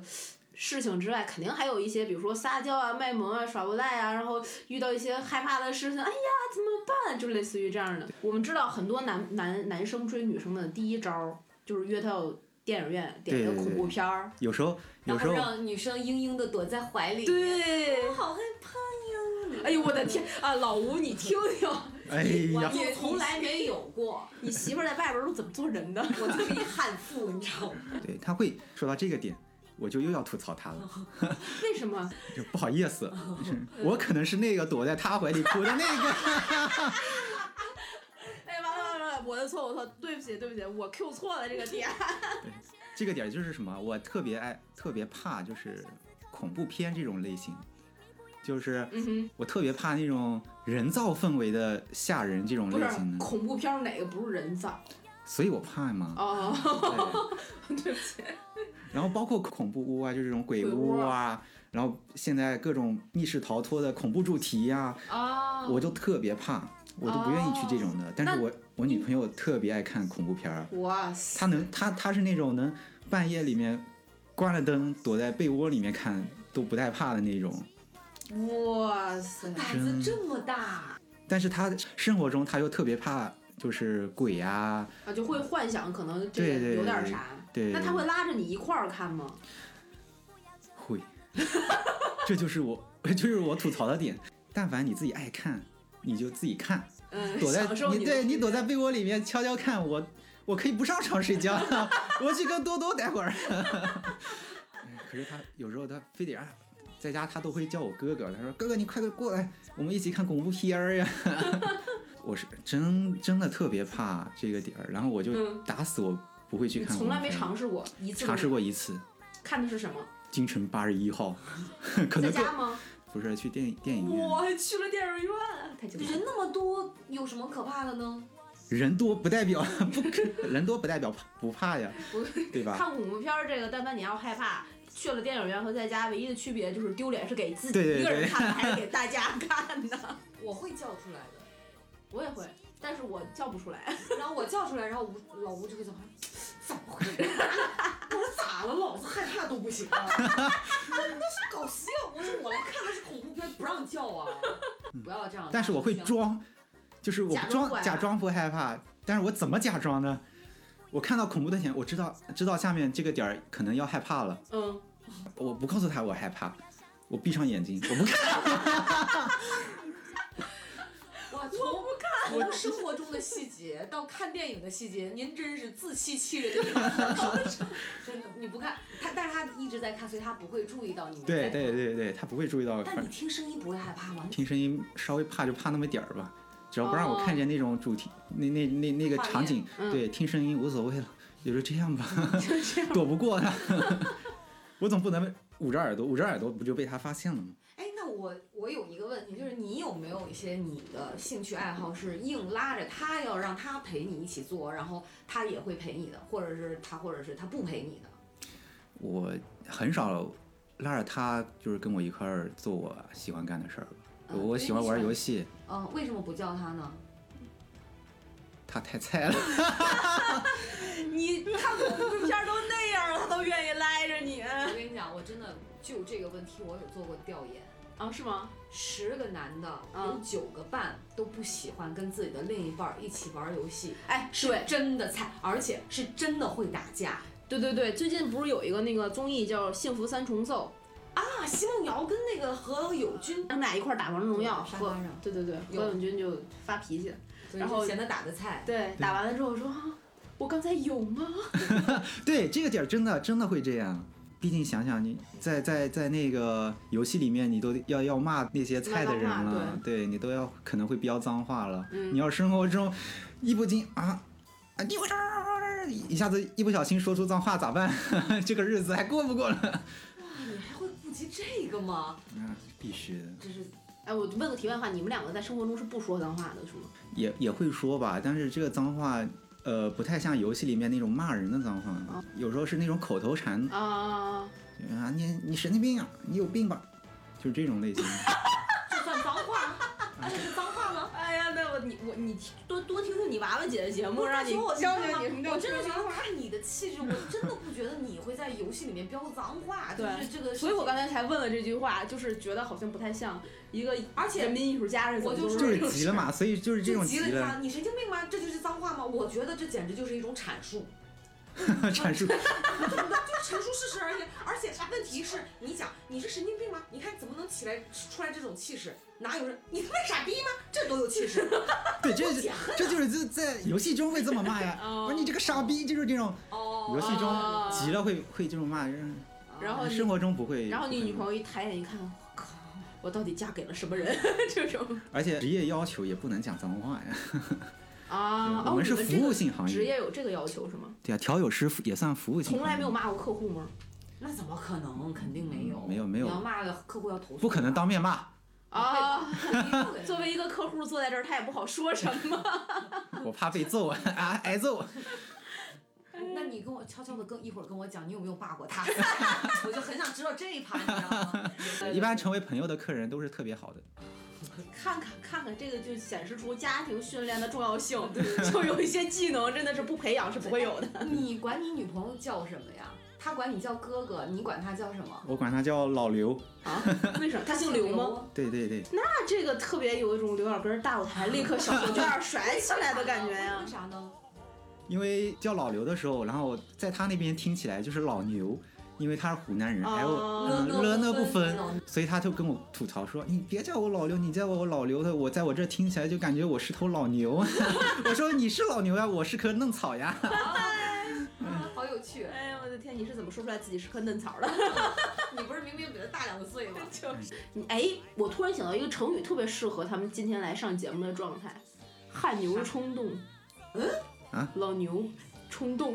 E: 事情之外，肯定还有一些，比如说撒娇啊、卖萌啊、耍无赖啊，然后遇到一些害怕的事情，哎呀，怎么办？就类似于这样的。我们知道很多男男男生追女生的第一招儿就是约她到电影院点一个
F: 对对
E: 恐怖
F: 对
E: 片儿，
F: 有时
E: (laughs)
F: 候有
B: 然
F: 时
B: 后
F: 候
B: 让女生嘤嘤的躲在怀里，
E: 对，
B: 我好害怕呀。
E: 哎呦我的天啊，老吴你听听，
F: 哎
B: 我
F: 呀，
B: 就从来没有过，
E: 你媳妇儿在外边儿都怎么做人的？
B: 我就是 (laughs) 一悍妇，你知道吗？
F: 对他会说到这个点，我就又要吐槽他
E: (laughs)
F: 了，
E: 为什么？
F: 就不好意
E: (laughs)
F: 思， (laughs) 我可能是那个躲在他怀里哭的那个。
E: 哎，完了完了完了，我的错，我的错，对不起对不起，我 Q 错了这个点。
F: 这个点就是什么？我特别爱特别怕就是恐怖片这种类型，就是
E: 嗯哼，
F: 我特别怕那种人造氛围的吓人这种
E: 不
F: 类
E: 是
F: 型的，
E: 恐怖片儿哪个不是人造？
F: 所以我怕嘛。
E: 哦，
F: 对，
E: 对不起，
F: (laughs) 然后包括恐怖屋啊，就这种鬼屋啊，然后现在各种密室逃脱的恐怖主题呀、
E: 啊
F: 我就特别怕，我就不愿意去这种的。但是我我女朋友特别爱看恐怖片儿，啊
E: 哇塞，
F: 她能她她是那种能半夜里面关了灯躲在被窝里面看都不带怕的那种。
E: 哇塞，
B: 胆子这么大，
F: 但是她生活中她又特别怕就是鬼啊，
E: 啊就会幻想可能这
F: 对
E: 个
F: 对
E: 有点啥。
F: 对，
E: 那他会拉着你一块儿看吗？
F: 会，这就是我 (laughs) 就是我吐槽的点。但凡你自己爱看，你就自己看。
E: 嗯，
F: 躲在
E: 享受
F: 你
E: 的
F: 对你躲在被窝里面悄悄看我，我可以不上床睡觉，啊我去跟多多待
E: (laughs)
F: 会儿。哎可是他有时候他非得让，在家他都会叫我哥哥，他说哥哥你快快过来，我们一起看恐怖片儿呀。 (laughs) 我是真真的特别怕这个点儿，然后我就
E: 嗯，
F: 打死我不会去
E: 你
F: 看恐
E: 从
F: 怖片儿。
E: 来没尝试过一次都没有，
F: 尝试过一次，
E: 看的是什么？
F: 京城八十一号， (laughs) 可
E: 在
F: 能更
E: 家吗？
F: 不是去电电影院，
E: 我还去了电影院，太激动了
B: 人那么多，有什么可怕的呢？
F: 人多不代表 (laughs) 不可人多不代表怕不怕呀
E: 不，
F: 对吧？
E: 看恐怖片儿这个，但凡你要害怕，去了电影院和在家唯一的区别就是丢脸是给自己
F: 对对
E: 一个人
F: 对
E: 看的，还是给
F: (laughs)
E: 大家看的。
B: 我会叫出来的，
E: 我也会，但是我叫不出来。啊
B: 然后我叫出来，然后吴老吴就会怎么，怎么回事？我说咋了？老子害怕都不
F: (laughs)
B: 行啊！那是搞笑，我说我来看的是恐怖片，不让叫啊！不要这样。
F: 嗯但是我会装，就是我
E: 假装不
F: 装
E: 害怕
F: 假装不害怕，但是我怎么假装呢？我看到恐怖的点，我知道知道下面这个点儿可能要害怕了，
E: 嗯，
F: 我不告诉他我害怕，我闭上眼睛，我不看，
B: 我从我从生活中的的细节到看电影的细节，您真是自欺欺人的地方。 (laughs) 真的，你不看他，但是他一直在看，所以他不会注意到你们在
F: (laughs) 对
B: 看。
F: 对对对，他不会注意到，
B: 但
F: 反
B: 你听声音不会害怕吗？
F: 听声音稍微怕就怕那么点儿吧，只要不让我
E: 哦
F: 看见那种主题，那那那那个
B: 画面
F: 场景，
E: 嗯
F: 对，听声音无所谓了，也就这样吧， (laughs) 躲不过他，我总不能捂着耳朵，捂着耳朵不就被他发现了吗？
B: 哎，那我我有一个问题，就是你有没有一些你的兴趣爱好是硬拉着他要让他陪你一起做，然后他也会陪你的，或者是他或者是他不陪你的？
F: 我很少拉着他就是跟我一块儿做我喜欢干的事儿吧，
B: 嗯
F: 我喜欢玩游。戏，
B: 那你喜欢嗯，为什么不叫他呢？
F: 他太菜了，
E: 你看恐怖片都那样了，他都愿意赖着你
B: 我跟你讲，我真的就这个问题，我有做过调研，
E: 啊？是吗？
B: 十个男的有
E: 嗯
B: 九个半都不喜欢跟自己的另一半儿一起玩儿游戏，
E: 哎，
B: 是真的菜，而且是真的会打架。
E: 对对对，最近不是有一个那个综艺叫《幸福三重奏
B: 啊，奚梦瑶跟那个何友军》，，
E: 他们俩一块儿打王者荣耀，
B: 沙
E: 和
B: 发上
E: 对对对，
B: 嗯有
E: 何永军就发脾气，
B: 所以
E: 然后
B: 就嫌他打的菜。
E: 对，打完了之后说啊，我刚才有吗？
F: 对这个点儿真的真的会这样。毕竟想想你在在在那个游戏里面，你都要要骂那些菜的人
E: 骂脏
F: 了
E: 话，
F: 对你都要可能会飙脏话了。
E: 嗯
F: 你要生活中一不经啊啊，你我这一下子一不小心说出脏话咋办？ (laughs) 这个日子还过不过了？
B: 你还会顾及这个吗？
F: 那必须的，
B: 这是
E: 哎，我问个题外话，你们两个在生活中是不说脏话的，是吗？
F: 也也会说吧，但是这个脏话。呃，不太像游戏里面那种骂人的脏话，
E: 哦
F: 有时候是那种口头禅
E: 啊，
F: 啊，你你神经病啊，你有病吧，就是这种类型。
B: 这算脏
E: (laughs)
B: 话？啊这是脏话吗？
E: 哎呀，那我你我你多多听听你娃娃姐的节目，让你
B: 我
E: 教
B: 真
E: 教你什么
B: 的，
E: 叫
B: 我真的
E: 说
B: 觉
E: 脏
B: 得
E: 话。
B: 看你的气质，我真的不觉得你会在游戏里面飙脏话，就是
E: 对
B: 这个。
E: 所以我刚。才才问了这句话，就是觉得好像不太像一个
B: 而且
E: 人民艺术家是怎
B: 我
E: 么
B: 就
E: 做
B: 说
E: 出
F: 就
E: 来
F: 是
E: 的
F: 急了嘛，所以就是这
B: 就
F: 种
B: 急
F: 急
B: 了
F: 了
B: 他，你神经病吗？这就是脏话吗？我觉得这简直就是一种阐述，
F: (laughs) 阐
E: (laughs)
F: 述。
B: 对不对？就是陈述事实而已。而且问题是，你讲你是神经病吗？你看怎么能起来出来这种气势？哪有人？你他妈傻逼吗？这都有气势。啊
F: 对，
E: (laughs)
F: 这是这就是这在游戏中会这么骂呀，
E: 哦
F: 说你这个傻逼，就是这种
B: 哦
F: 游戏中
E: 哦
F: 急了会会这种骂人，
E: 然后你
F: 生活中不会。
E: 然后你
F: 不会
E: 女朋友一抬眼一看，我靠，我到底嫁给了什么人？ (laughs) 这种
F: 而且职业要求也不能讲脏话呀，
E: 啊，
F: 我
E: 哦，
F: 们
E: 你
F: 是服务
E: 这
F: 性行
E: 个职
F: 业，
E: 业有这个要求是吗？
F: 对啊，调酒师也算服务性行业，
E: 从来没有骂过客户吗？
B: 那怎么可能？肯定没有，
F: 嗯没有没有
B: 你要骂了客户要投诉，
F: 不可能当面
E: (laughs)
F: 骂，
E: (laughs) 啊， (laughs)
B: 啊
E: 作为一个客户坐在这儿，他也不好说什么。
F: 我怕被揍啊，挨
E: (laughs)
F: 揍。
B: 那你跟我悄悄的跟一会儿跟我讲，你有没有骂过
E: (laughs)
B: 他？我就很想知道这一趴，你知道吗？
F: (laughs) 一般成为朋友的客人都是特别好的，
E: (laughs) 看看看看，这个就显示出家庭训练的重要性， (laughs) 就有一些技能真的是不培养是不会有的。
B: 你管你女朋友叫什么呀？她管你叫哥哥，你管她叫什么？
F: 我管他叫老刘。
E: 啊？为什么？他姓刘吗？？
F: 对对对，
E: 那这个特别有一种刘小根儿大舞台立刻小手绢儿甩起来的感觉呀
B: 啊
E: (laughs)
B: 为。啥呢？
F: 因为叫老刘的时候，然后在他那边听起来就是老牛，因为他是湖南人，还有
E: 哦
F: 嗯了呢不分，
B: 呢
F: 所以他就跟我吐槽说：“你别叫我老刘，你叫我老刘的，我在我这听起来就感觉我是头老牛。” (laughs) 我说：“你是老牛呀，我是棵嫩草呀。 (laughs) 嗯
B: 啊好有趣！
E: 哎呀，我的天！你是怎么说出来自己是棵嫩草的？ (laughs)
B: 你不是明明比她大两岁吗？
E: 你哎，我突然想到一个成语，特别适合他们今天来上节目的状态：汗牛充栋。嗯
F: 啊，
E: 老牛冲 (laughs) 动。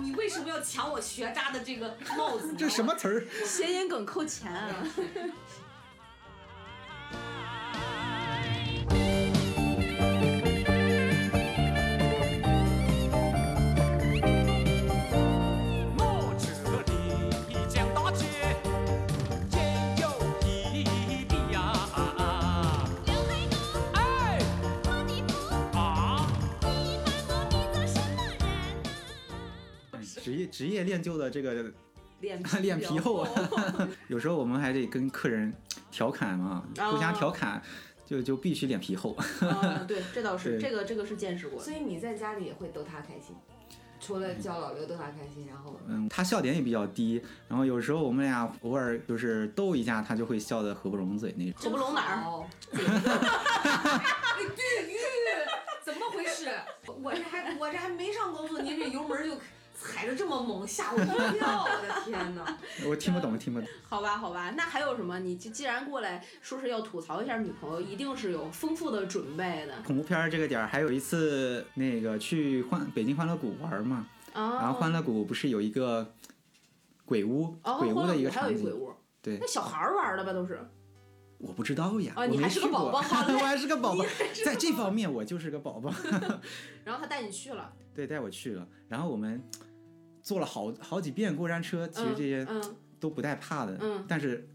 B: 你为什么要抢我学渣的这个帽子”呢？
F: 这什么词儿？
E: 谐音梗扣钱啊！
H: 我这里江大姐也有一比呀。刘黑公，哎，莫地福啊，你把我比作什么人呢？
F: 职业职业练就的这个，
E: 脸
F: 脸皮厚啊有时候我们还得跟客人调侃嘛，互相调侃，就就必须脸皮厚。 (laughs)
E: 啊对，这倒是，
F: 对
E: 这个这个是见识过的
B: 所。以你在家里也会逗她开心。除了叫老刘逗他开心，然后
F: 嗯，他笑点也比较低，然后有时候我们俩偶尔就是逗一下，他就会笑得合不拢嘴那种。
A: 合不拢哪
B: (laughs)
A: 儿？
B: 儿？哎怎么回事？我这还我这还没上高速，您这油门就踩的这么猛，吓我一跳！我的天哪！
F: 我听不懂，听不懂。
E: 好吧，好吧，那还有什么？你既既然过来说是要吐槽一下女朋友，一定是有丰富的准备的
F: 恐怖片儿这个点儿，还有一次那个去欢北京欢乐谷玩儿嘛，然后
E: 啊。
F: 欢乐谷不是有一个鬼屋，
E: 哦，
F: 鬼屋的一个
E: 还有
F: 场
E: 一鬼
F: 景，
E: 屋，
F: 对
E: 那，小孩儿玩的吧都是。
F: 我不知道呀，
E: 哦
F: 我
E: 你还
F: 没
E: 是
F: 去
E: 个宝啊
F: 过
E: 宝好
F: (laughs)
E: 嘞
F: 我还是个宝宝，在这方面我就是个宝
E: (laughs)
F: 宝。
E: 然后他带你去了，
F: 对，带我去了，然后我们坐了好好几遍过山车，其实
E: 嗯
F: 这些
E: 嗯，
F: 都不带怕的，
E: 嗯
F: 但是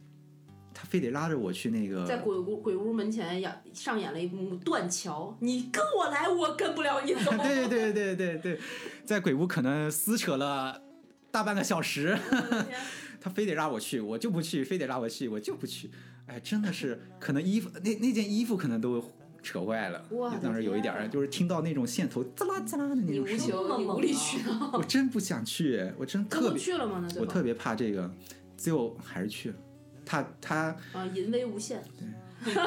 F: 他非得拉着我去那
E: 在
F: 个，
E: 鬼屋鬼屋门前演上演了一幕断桥，你跟我来，我跟不了你 (laughs)
F: (laughs)
E: 走。
F: 对对对对对对，在鬼屋可能撕扯了大半个小时，
E: 哦
F: (laughs) 他非得拉我去，我就不去，非得拉我去，我就不去，哎，真的是可能衣服那那件衣服可能都。扯坏了
E: 我的，
F: 当时有一点
E: 天
F: 儿
E: 啊
F: 就是听到那种线头滋啦滋啦的那
E: 你无
F: 种声音，
E: 情，你无理取闹，
F: 我真不想去，我真
E: 最
F: 特
E: 后
F: 别
E: 去了吗？那最
F: 我
E: 后
F: 特别怕这个，最后还是去了。他他
E: 啊，淫威无限。 (laughs)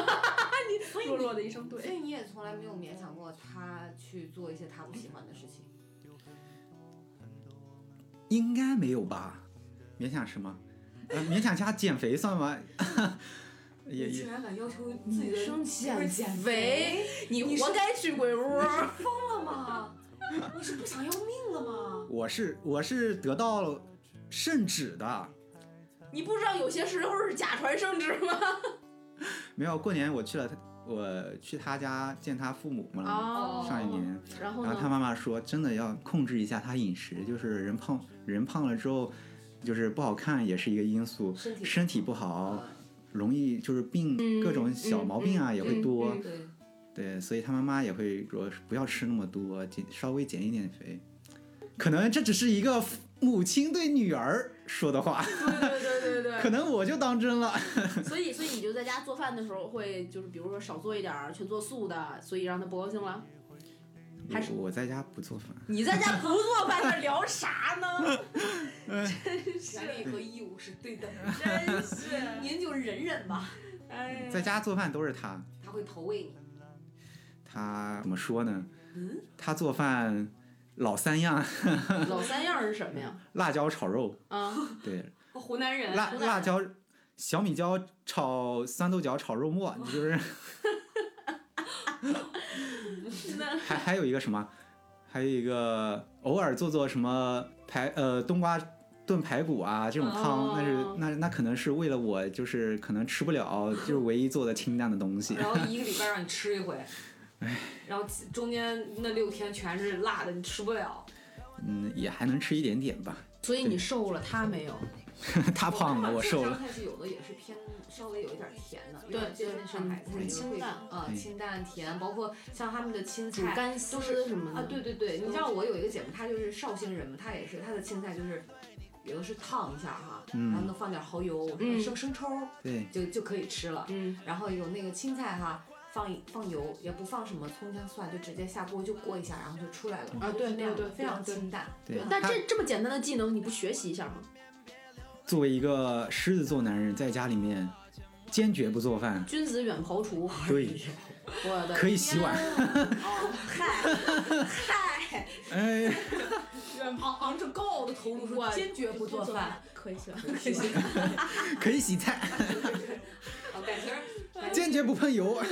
B: 所以
E: 弱
B: 你
E: 弱的一声
B: 所
E: 对。
B: 以你也从来没有勉强过他去做一些他不喜欢的事情。
F: 应该没有吧？勉强什么？呃，勉强加减肥算吗？ (laughs) 也
B: 你
F: 也
B: 竟然敢要求自己的
E: 生
B: 媳妇儿啊减
E: 肥，你
B: 你是
E: 活该去鬼屋。
B: 疯了吗？你是不想要命了吗？
F: 我是我是得到了圣旨的。
E: 你不知道有些时候是假传圣旨吗？
F: 没有，过年我去了他，我去他家见他父母嘛。
E: 哦嗯
F: 上一年，
E: 然后
F: 然后他
E: 呢？
F: 妈妈说，真的要控制一下他饮食，就是人胖人胖了之后，就是不好看也是一个因素，
B: 身
E: 嗯
B: 体
F: 身体不好，容易就是病，各种小毛病啊也会多。
E: 嗯
B: 对，
F: 对，所以他妈妈也会说不要吃那么多，减稍微减一点肥。可能这只是一个母亲对女儿说的话， (laughs)
E: 对对对对
F: 可能我就当真了。
E: 对。所以所以你就在家做饭的时候会就是比如说少做一点儿，全做素的，所以让他不高兴了。还是
F: 我我在家不做饭，
E: 你在家不做饭，那聊啥呢？
B: 权利和义务是对等的。
E: 真是，
I: 您就忍忍吧。
E: 哎呀。
F: 在家做饭都是他。
B: 他会投喂你。
F: 他怎么说呢？
E: 嗯
F: 他做饭老三样：
E: 老三样是什么呀？
F: 辣椒炒肉，
E: 啊，
F: 对，
E: (laughs)
B: 湖南人
F: 辣辣椒小米椒炒酸豆角炒肉末，你
E: (laughs)
F: 就是。 (laughs) 还还有一个什么？还有一个偶尔做做什么排呃冬瓜炖排骨啊这种汤，
E: 哦
F: 那是那那可能是为了我就是可能吃不了，就是唯一做的清淡的东西。
B: 然后一个礼拜让你吃一回，
F: 哎
B: 然后中间那六天全是辣的，你吃不了。
F: 嗯，也还能吃一点点吧。
E: 所以你瘦了，他没有。
F: (laughs) 他胖了，我瘦了。
B: 上菜系有的也是偏稍微有一点甜的，有点接近上海菜，
E: 很
B: 就是
E: 清淡
B: 啊，
F: 嗯
B: 清淡甜，包括像他们的青
E: 煮
B: 菜。
E: 干丝什么的
B: 啊，对对对，你知道我有一个姐妹，她就是绍兴人嘛，她也是她的青菜就是，有的是烫一下哈，然后
F: 嗯，
B: 能放点蚝油，
E: 嗯
B: 生生抽
F: (laughs) 对，
B: 就就可以吃了。
E: 嗯，
B: 然后有那个青菜哈，放一放油，也不放什么葱姜蒜，就直接下锅就过一下，然后就出来了。
E: 啊对
B: 就是这样
E: 对对
B: 非常
E: 对
B: 清淡。
F: 对
E: 但
F: 他
E: 这这么简单的技能，你不学习一下吗？
F: 作为一个狮子座男人，在家里面坚决不做饭，
E: 君子远庖厨，
F: (laughs) 对，
E: 我的
F: 可以洗碗。 (laughs) 哦
I: 嗨，
F: 哎，
I: 远昂昂着高傲的头颅
E: 我
I: 说，坚决不做饭。，
E: 可以洗碗，
F: 可以洗菜，
B: 啊，感情儿 (laughs) 感情
F: 坚决不碰 (laughs) 油。
B: 儿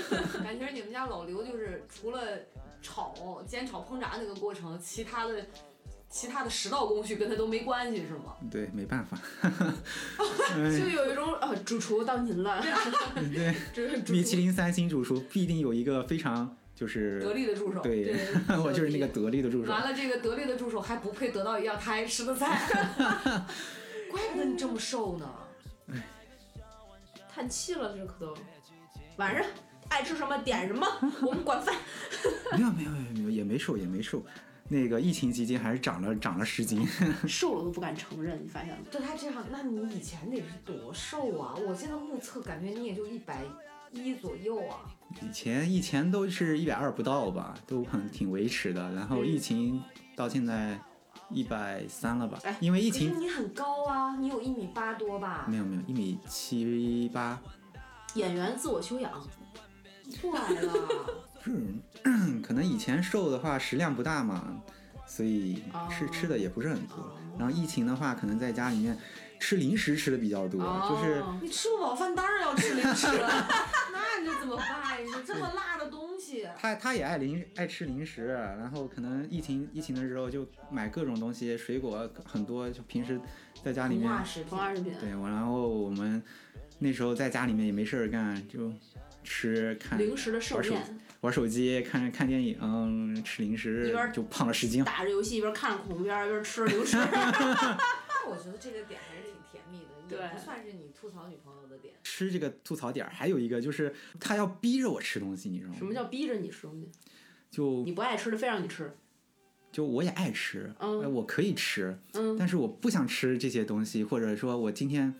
B: 感情儿你们家老刘就是除了炒、煎、炒、烹炸那个过程，其他的其他的十道工序跟他都没关系是吗？
F: 对，没办法，
E: 就有一种啊，主厨到您了，
F: (laughs) 对，
E: 这个主
F: 米其
E: 厨
F: 林三星主厨必定有一个非常就
B: 得
F: 是，
B: 力的助手。
F: 对， (laughs) 我就是那个得力的助手。
B: 完了，这个得力的助手还不配得到一样他爱吃的
F: (laughs)
B: 菜，怪不得你这么瘦呢。
E: 叹气了，这可都。晚上爱吃什么点什么，我们管饭。
F: 没有没有没有没有，也没瘦也没瘦，那个疫情期间还是长了长了十斤。
E: 瘦了都不敢承认，你发现了吗？
B: 对他这样，那你以前得是多瘦啊？我现在目测感觉你也就一百一左右啊。
F: 以前以前都是一百二不到吧，都很挺维持的，然后疫情到现在一百三了吧
E: 哎？
F: 因为疫
B: 可是
F: 情
B: 你很高啊，你有一米八多吧？
F: 没有没有一米七八，
E: 演员自我修养，
B: 坏了，
F: 嗯，可能以前瘦的话食量不大嘛，所以
E: 哦
F: 吃吃的也不是很多。然后疫情的话，可能在家里面吃零食吃的比较多，就是
E: 哦
B: 你吃不饱饭当然要吃零食了， (laughs) 那你这怎么办？你这么辣的东西，
F: 他他也爱零爱吃零食，然后可能疫情疫情的时候就买各种东西，水果很多，就平时在家里
B: 膨
F: 面
B: 化食品
E: 膨。化食品，
F: 对，我然后我们那时候在家里面也没事儿干，就吃看
E: 零食的盛
F: 玩手
E: 宴，
F: 玩手机、看看电影、嗯吃零
E: 一
F: 食
E: 边儿，
F: 就胖了十斤。
E: 打着游戏一边看着恐怖片儿一边吃着零食。
B: 那我觉得这个点还是挺甜蜜的，也
E: 对
B: 不算是你吐槽女朋友的点。
F: 吃这个吐槽点儿，还有一个就是他要逼着我吃东西，你知道吗？
E: 什么叫逼着你吃东西？
F: 就
E: 你不爱吃的非让你吃，
F: 就我也爱吃，
E: 嗯
F: 哎我可以吃，
E: 嗯
F: 但是我不想吃这些东西，或者说我今天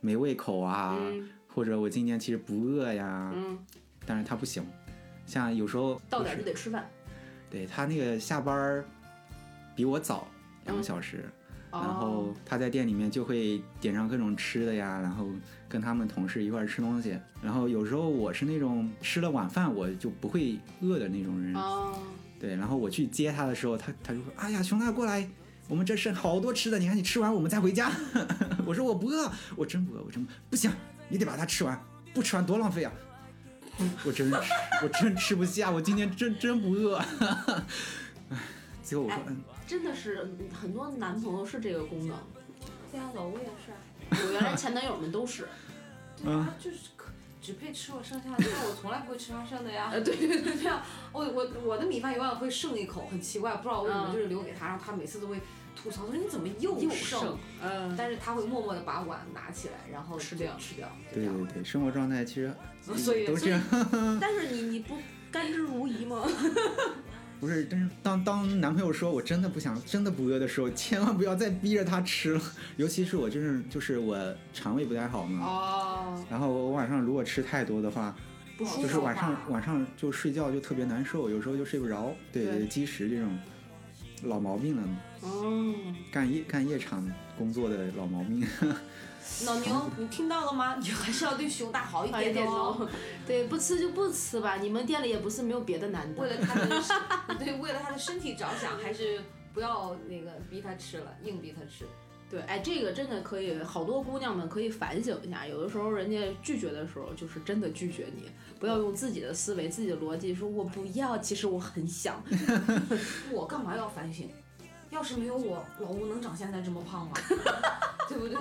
F: 没胃口啊，
E: 嗯
F: 或者我今天其实不饿呀，
E: 嗯，
F: 但是他不行。像有时候
E: 到
F: 就
E: 点儿
F: 是
E: 就得吃饭。
F: 对他那个下班儿比我早两个
E: 嗯
F: 小时，
E: 哦
F: 然后他在店里面就会点上各种吃的呀，然后跟他们同事一块儿吃东西。然后有时候我是那种吃了晚饭我就不会饿的那种人，
E: 哦，
F: 对。然后我去接他的时候，他他就说：“哎呀，熊大过来，我们这剩好多吃的，你看你吃完我们再回家。” (laughs) 我说：“我不饿，我真不饿，我真不不行，你得把它吃完，不吃完多浪费啊！” (laughs) 我真吃，我真吃不下，我今天真真不饿。 (laughs) 唉最后我说
E: 哎：“
F: 嗯，
E: 真的是嗯很多男朋友是这个功能，
B: 这样吧，我也是啊，
E: 我原来前男友们都是。
B: 对
F: 嗯
B: 啊，就是可只配吃我剩下的，因为我从来不会吃他剩的呀。
E: 呃，对
B: (laughs)
E: 对对，
B: 啊对呀，我我我的米饭永远会剩一口，很奇怪，不知道为什么
E: 嗯
B: 就是留给他，然后他每次都会吐槽，他说你怎么又
E: (laughs) 又
B: 剩
E: 剩？，嗯，
B: 但是他会默默的把碗拿起来，然后
E: 吃
B: 就
E: 掉
B: 吃掉，就这
F: 对
B: 样
F: 对对，生活状态其实
B: 所以
F: 都
B: 所
F: 这
B: 以
F: 样。
A: 但是你你不甘之如饴吗？
F: 不是，但是当当男朋友说我真的不想、真的不饿的时候，千万不要再逼着他吃了。尤其是我就是就是我肠胃不太好嘛，
E: (laughs) 哦，
F: 然后我晚上如果吃太多的话，
E: 不舒
F: 就是
E: 服
F: 晚上
B: 吧
F: 晚上就睡觉就特别难受，有时候就睡不着。对，
E: 对
F: 积食这种老毛病了，
E: 哦，
F: 干夜干夜场工作的老毛
E: (laughs)
F: 病。
B: 老牛，你听到了吗？你还是要对熊大好一
E: 快
B: 点的
E: 点
B: 哦。
E: 哦， (laughs) 对，不吃就不吃吧，你们店里也不是没有别的男
B: 为
E: 的。
B: 了他的对，为了他的身体着想，还是不要那个逼他吃了，硬逼他吃。
E: 对，哎，这个真的可以，好多姑娘们可以反省一下，有的时候人家拒绝的时候，就是真的拒绝你，不要用自己的思维、自己的逻辑说“我不要”，其实我很想。
B: 我干嘛要反省？要是没有我，老吴能长现在这么胖吗？ (laughs) 对不对？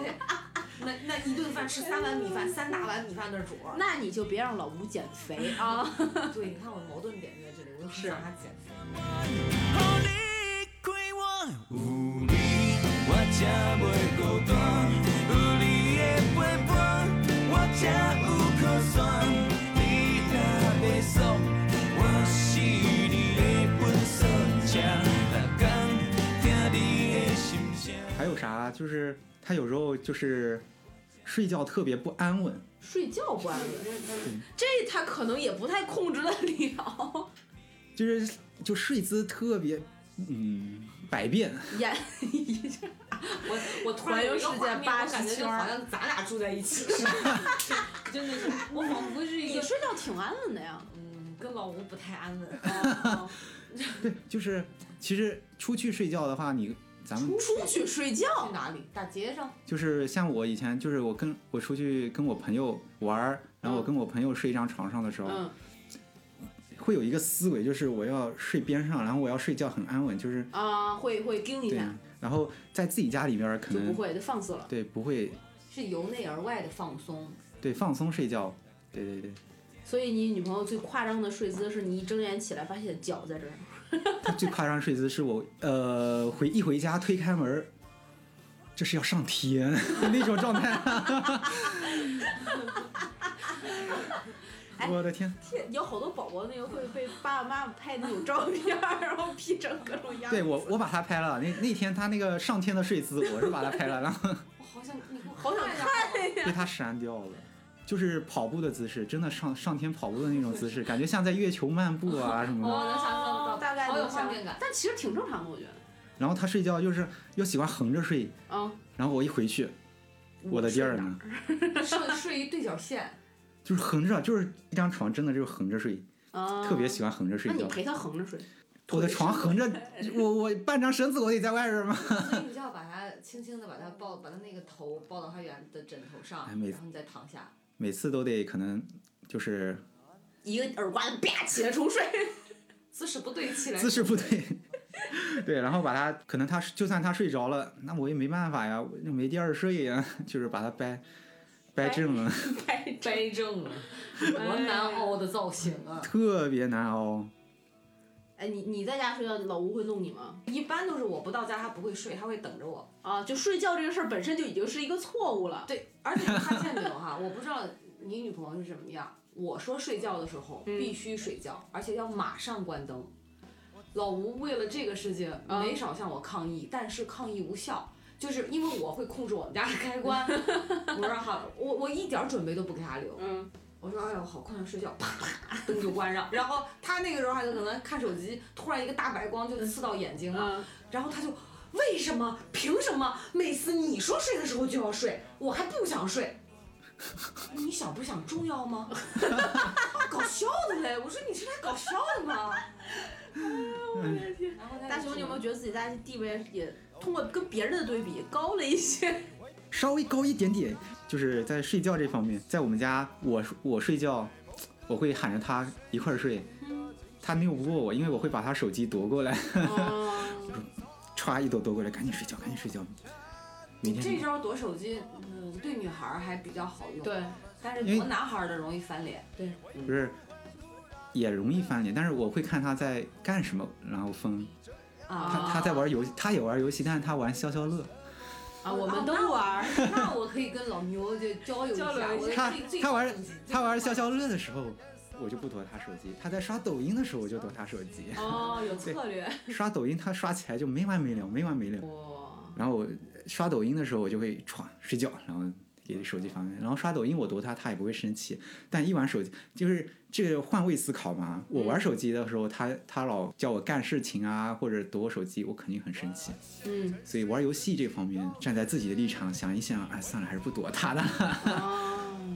B: 那那一顿饭吃三碗米饭，三大碗米饭的主儿。
E: 那你就别让老吴减肥啊！
B: 对，你看我矛盾点就在这里，我就很
E: 是
B: 想他减肥。
H: 予你快活，有你我才袂孤单，有你的陪伴，我才有靠山。你若袂爽，我是你的分数车，逐天听你的心声。
F: 还有啥？就是他有时候就是睡觉特别不安稳，
E: 睡觉不安
F: 嗯
E: 稳， (laughs) 这他可能也不太控制得了，
F: 就是就睡姿特别嗯百变。
E: 眼
B: 我我突然有一个画面，我感觉就好像咱俩住在一起似的， (laughs) 真的是，我仿佛是一
E: 你
B: 个
E: 睡觉挺安稳的呀。
B: 嗯，跟老吴不太安稳。
E: 哦
F: 对，就是其实出去睡觉的话，你咱们
E: 出去睡觉
B: 去，哪里？大街上。
F: 就是像我以前，就是我跟我出去跟我朋友玩儿，然后我
E: 嗯
F: 跟我朋友睡一张床上的时候，
E: 嗯
F: 会有一个思维，就是我要睡边上，然后我要睡觉很安稳，就是
E: 啊，会会盯一
F: 对
E: 下，。
F: 然后在自己家里边儿可
E: 就不
F: 能
E: 会就放肆了。
F: 对不会
B: 是由内而外的放松，
F: 对放松睡觉，对对对，
E: 所以你女朋友最夸张的睡姿是你一睁眼起来发现脚在这儿，
F: 他最夸张睡姿是我呃回一回家推开门儿，这是要上天那种状
E: (laughs)
F: 态。
E: 哎
F: 我的天！
E: 有好多宝宝那个会被爸爸妈妈拍那种照片儿，然后 P 成各种样。
F: 对我，我把他拍了。那那天他那个上天的睡姿，我是把他拍了，然后
B: 我好想你给我
E: 好想
B: 看一下
F: 被他删掉了。就是跑步的姿势，真的上上天跑步的那种姿势，感觉像在月球漫步啊什么
B: 哦，
F: 的。
B: 能想象得到，
E: 大概
B: 好有
E: 能想
B: (laughs) 画面感。
E: 但其实挺正常的，我觉得。
F: 然后他睡觉就是又喜欢横着睡，
E: 嗯，
F: 然后我一回去，我的地儿呢，
B: 睡睡一对角线， (laughs)
F: 就是横着，就是一张床真的就是横着睡，
E: 啊，
F: 特别喜欢横着睡
E: 那你
F: 觉。
E: 陪他横着睡，
F: 我的床横
E: (laughs)
F: 着，我我半张绳子我得在外边吗？ (laughs)
B: 所以你就要把它轻轻的把它抱，把它那个头抱到它原的枕头上
F: 哎，没
B: 然后你再躺下。
F: 每次都得可能就是
E: 一个耳刮子啪起来重睡， (laughs)
B: 姿势不对，起来
F: 姿势不对， (laughs) 对，然后把他可能他就算他睡着了，那我也没办法呀，我就没地儿睡呀， (laughs) 就是把他掰掰正了，
B: 掰正了，多难熬的造型啊！
F: (laughs) 特别难熬。
E: 哎，你你在家睡觉，老吴会弄你吗？
B: 一般都是我不到家，他不会睡，他会等着我。
E: 啊，就睡觉这个事儿本身就已经是一个错误了。
B: 对，而且你发现没有哈，我不知道你女朋友是什么样。我说睡觉的时候
E: 嗯
B: 必须睡觉，而且要马上关灯。老吴为了这个事情
E: 啊
B: 没少向我抗议，但是抗议无效，就是因为我会控制我们家的开
E: (laughs)
B: 关。我说好，我我一点儿准备都不给他留。
E: 嗯，
B: 我说哎呀，我好困，想睡觉，啪啪灯就关上。然后他那个时候还就可能看手机，突然一个大白光就刺到眼睛了，
E: 嗯，
B: 然后他就为什么？凭什么？每次你说睡的时候就要睡，我还不想睡。你想不想重要吗？ (laughs) 搞笑的嘞！我说你是来搞笑的
E: (laughs)
B: 吗？
E: 哎
B: 嗯然后他就
E: 大雄，你有没
B: 说
E: 有觉得自己在地位也通过跟别人的对比高了一些？
F: 稍微高一点点，就是在睡觉这方面，在我们家，我我睡觉，我会喊着他一块儿睡，他拗不过我，因为我会把他手机夺过来，
E: 哦，
F: (laughs) 歘一夺夺过来，赶紧睡觉，赶紧睡觉，明
B: 这
F: 天
B: 招躲手机，嗯，对女孩儿还比较好用，，
E: 对，
B: 但是
F: 因为
B: 躲男孩儿的容易翻脸。
F: 不是也容易翻脸，但是我会看他在干什么，然后分
B: 啊，
F: 他他在玩游戏，他也玩游戏，但是他玩消消乐，
E: 啊，我们都玩儿，
B: 那我可以跟老牛就交流一下，
E: (laughs) 交流一
B: 我
E: 下
F: 他
B: 最最
F: 他玩他玩消消乐的时候。我就不躲他手机，他在刷抖音的时候我就躲他手机，
E: 哦，有策略，
F: 刷抖音他刷起来就没完没了，没完没了。
E: 哇，
F: 然后我刷抖音的时候，我就会歘睡觉，然后给手机放那。然后刷抖音我夺他，他也不会生气。但一玩手机，就是这个换位思考嘛。我
E: 嗯
F: 玩手机的时候，他他老叫我干事情啊，或者夺我手机，我肯定很生气。
E: 嗯，
F: 所以玩游戏这方面，站在自己的立场想一想，哎，算了，还是不躲他的。
E: 哦，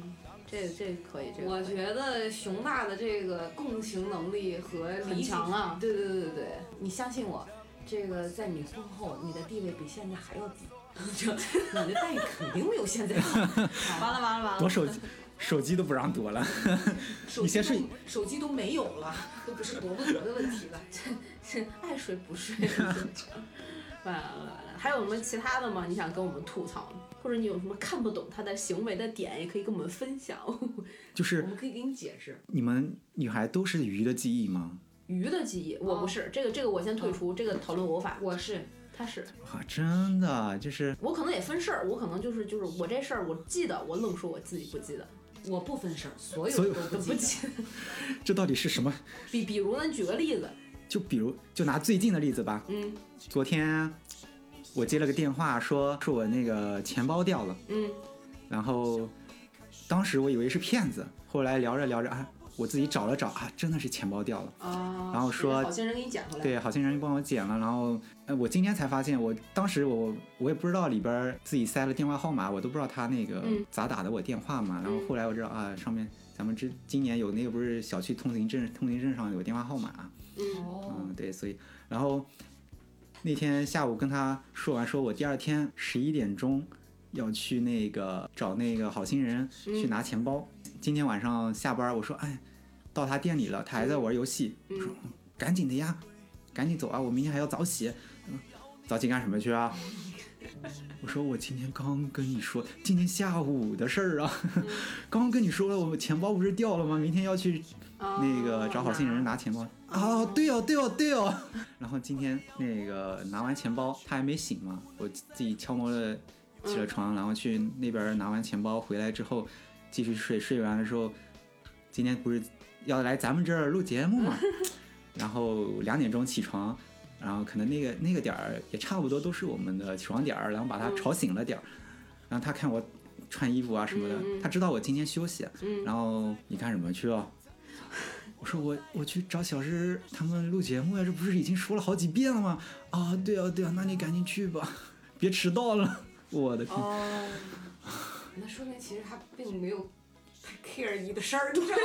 E: 这个这个可以，这个
B: 我觉得熊大的这个共情能力和啊
E: 很
B: 理解
E: 强了。
B: 对对对对对，你相信我，这个在你婚后，你的地位比现在还要低， (laughs) 就你的待遇肯定没有现
F: (laughs)
B: 在好。
E: 完了完了完
B: 啊
F: 夺
E: 了！
F: 手机，手机都不让夺了。
B: 手
F: 你
B: 机
F: 先睡
B: 都手机都没有了，都不是夺不夺的问题了。
E: 是爱睡不睡完了完了，还有什么其他的吗？你想跟我们吐槽的，或者你有什么看不懂他的行为的点，也可以跟我们分享。 (laughs)
F: 就是
B: 我们可以给你解释，
F: 你们女孩都是鱼的记忆吗？
E: 鱼的记忆，我不是、这个，这个我先退出，这个讨哦论我无法。
B: 我是
E: 他是
F: 哇，啊真的就是
E: 我可能也分事儿，我可能就是就是我这事儿我记得，我愣说我自己不记得。
B: 我不分事儿，所
F: 所
B: 有
F: 有
B: 都不
E: 不
B: 记
E: 记
B: 得。
F: 这到底是什么？
E: 比比如呢，举个例子，
F: 就比如就拿最近的例子吧，
E: 嗯
F: 昨天我接了个电话说，说我那个钱包掉了，
E: 嗯
F: 然后当时我以为是骗子，后来聊着聊着啊，我自己找了找啊，真的是钱包掉了。
E: 啊，
F: 然后
E: 是
F: 说
E: 好心人给你捡回来，
F: 对，好心人帮我捡了，然后，呃，我今天才发现我，当时我我也不知道里边儿自己塞了电话号码，我都不知道他那个
E: 嗯
F: 咋打的我电话嘛，然后
E: 嗯
F: 后来我知道啊，上面咱们这今年有那个不是小区通行证，通行证上有电话号码、啊
E: 嗯
B: 哦，
F: 嗯，对，所以然后那天下午跟他说完，说我第二天十一点钟要去那个找那个好心人
E: 嗯
F: 去拿钱包。今天晚上下班，我说哎，到他店里了，他还在玩游戏，我说赶紧的呀，赶紧走啊，我明天还要早起。嗯，早起干什么去啊？我说我今天刚跟你说，今天下午的事儿啊， (laughs) 刚跟你说了，我钱包不是掉了吗？明天要去
E: 哦
F: 那
E: 嗯
F: 个找好心人拿钱包。哦，对哦，对哦，对哦。 (laughs) 然后今天那个拿完钱包，他还没醒嘛，我自己悄摸的起了床，然后去那边拿完钱包回来之后，继续睡。睡完了之后，今天不是要来咱们这儿录节目嘛，然后两点钟起床。然后可能那个那个点儿也差不多都是我们的起床点儿，然后把他吵醒了点儿，然后他看我穿衣服啊什么的，他知道我今天休息，然后你干什么去哦？我说我我去找小诗他们录节目呀，这不是已经说了好几遍了吗？啊，对啊对啊，那你赶紧去吧，别迟到了。我的天，
B: 哦，那说明其实他并没有太 care 你的事
F: (laughs)
B: 儿，你知道吗？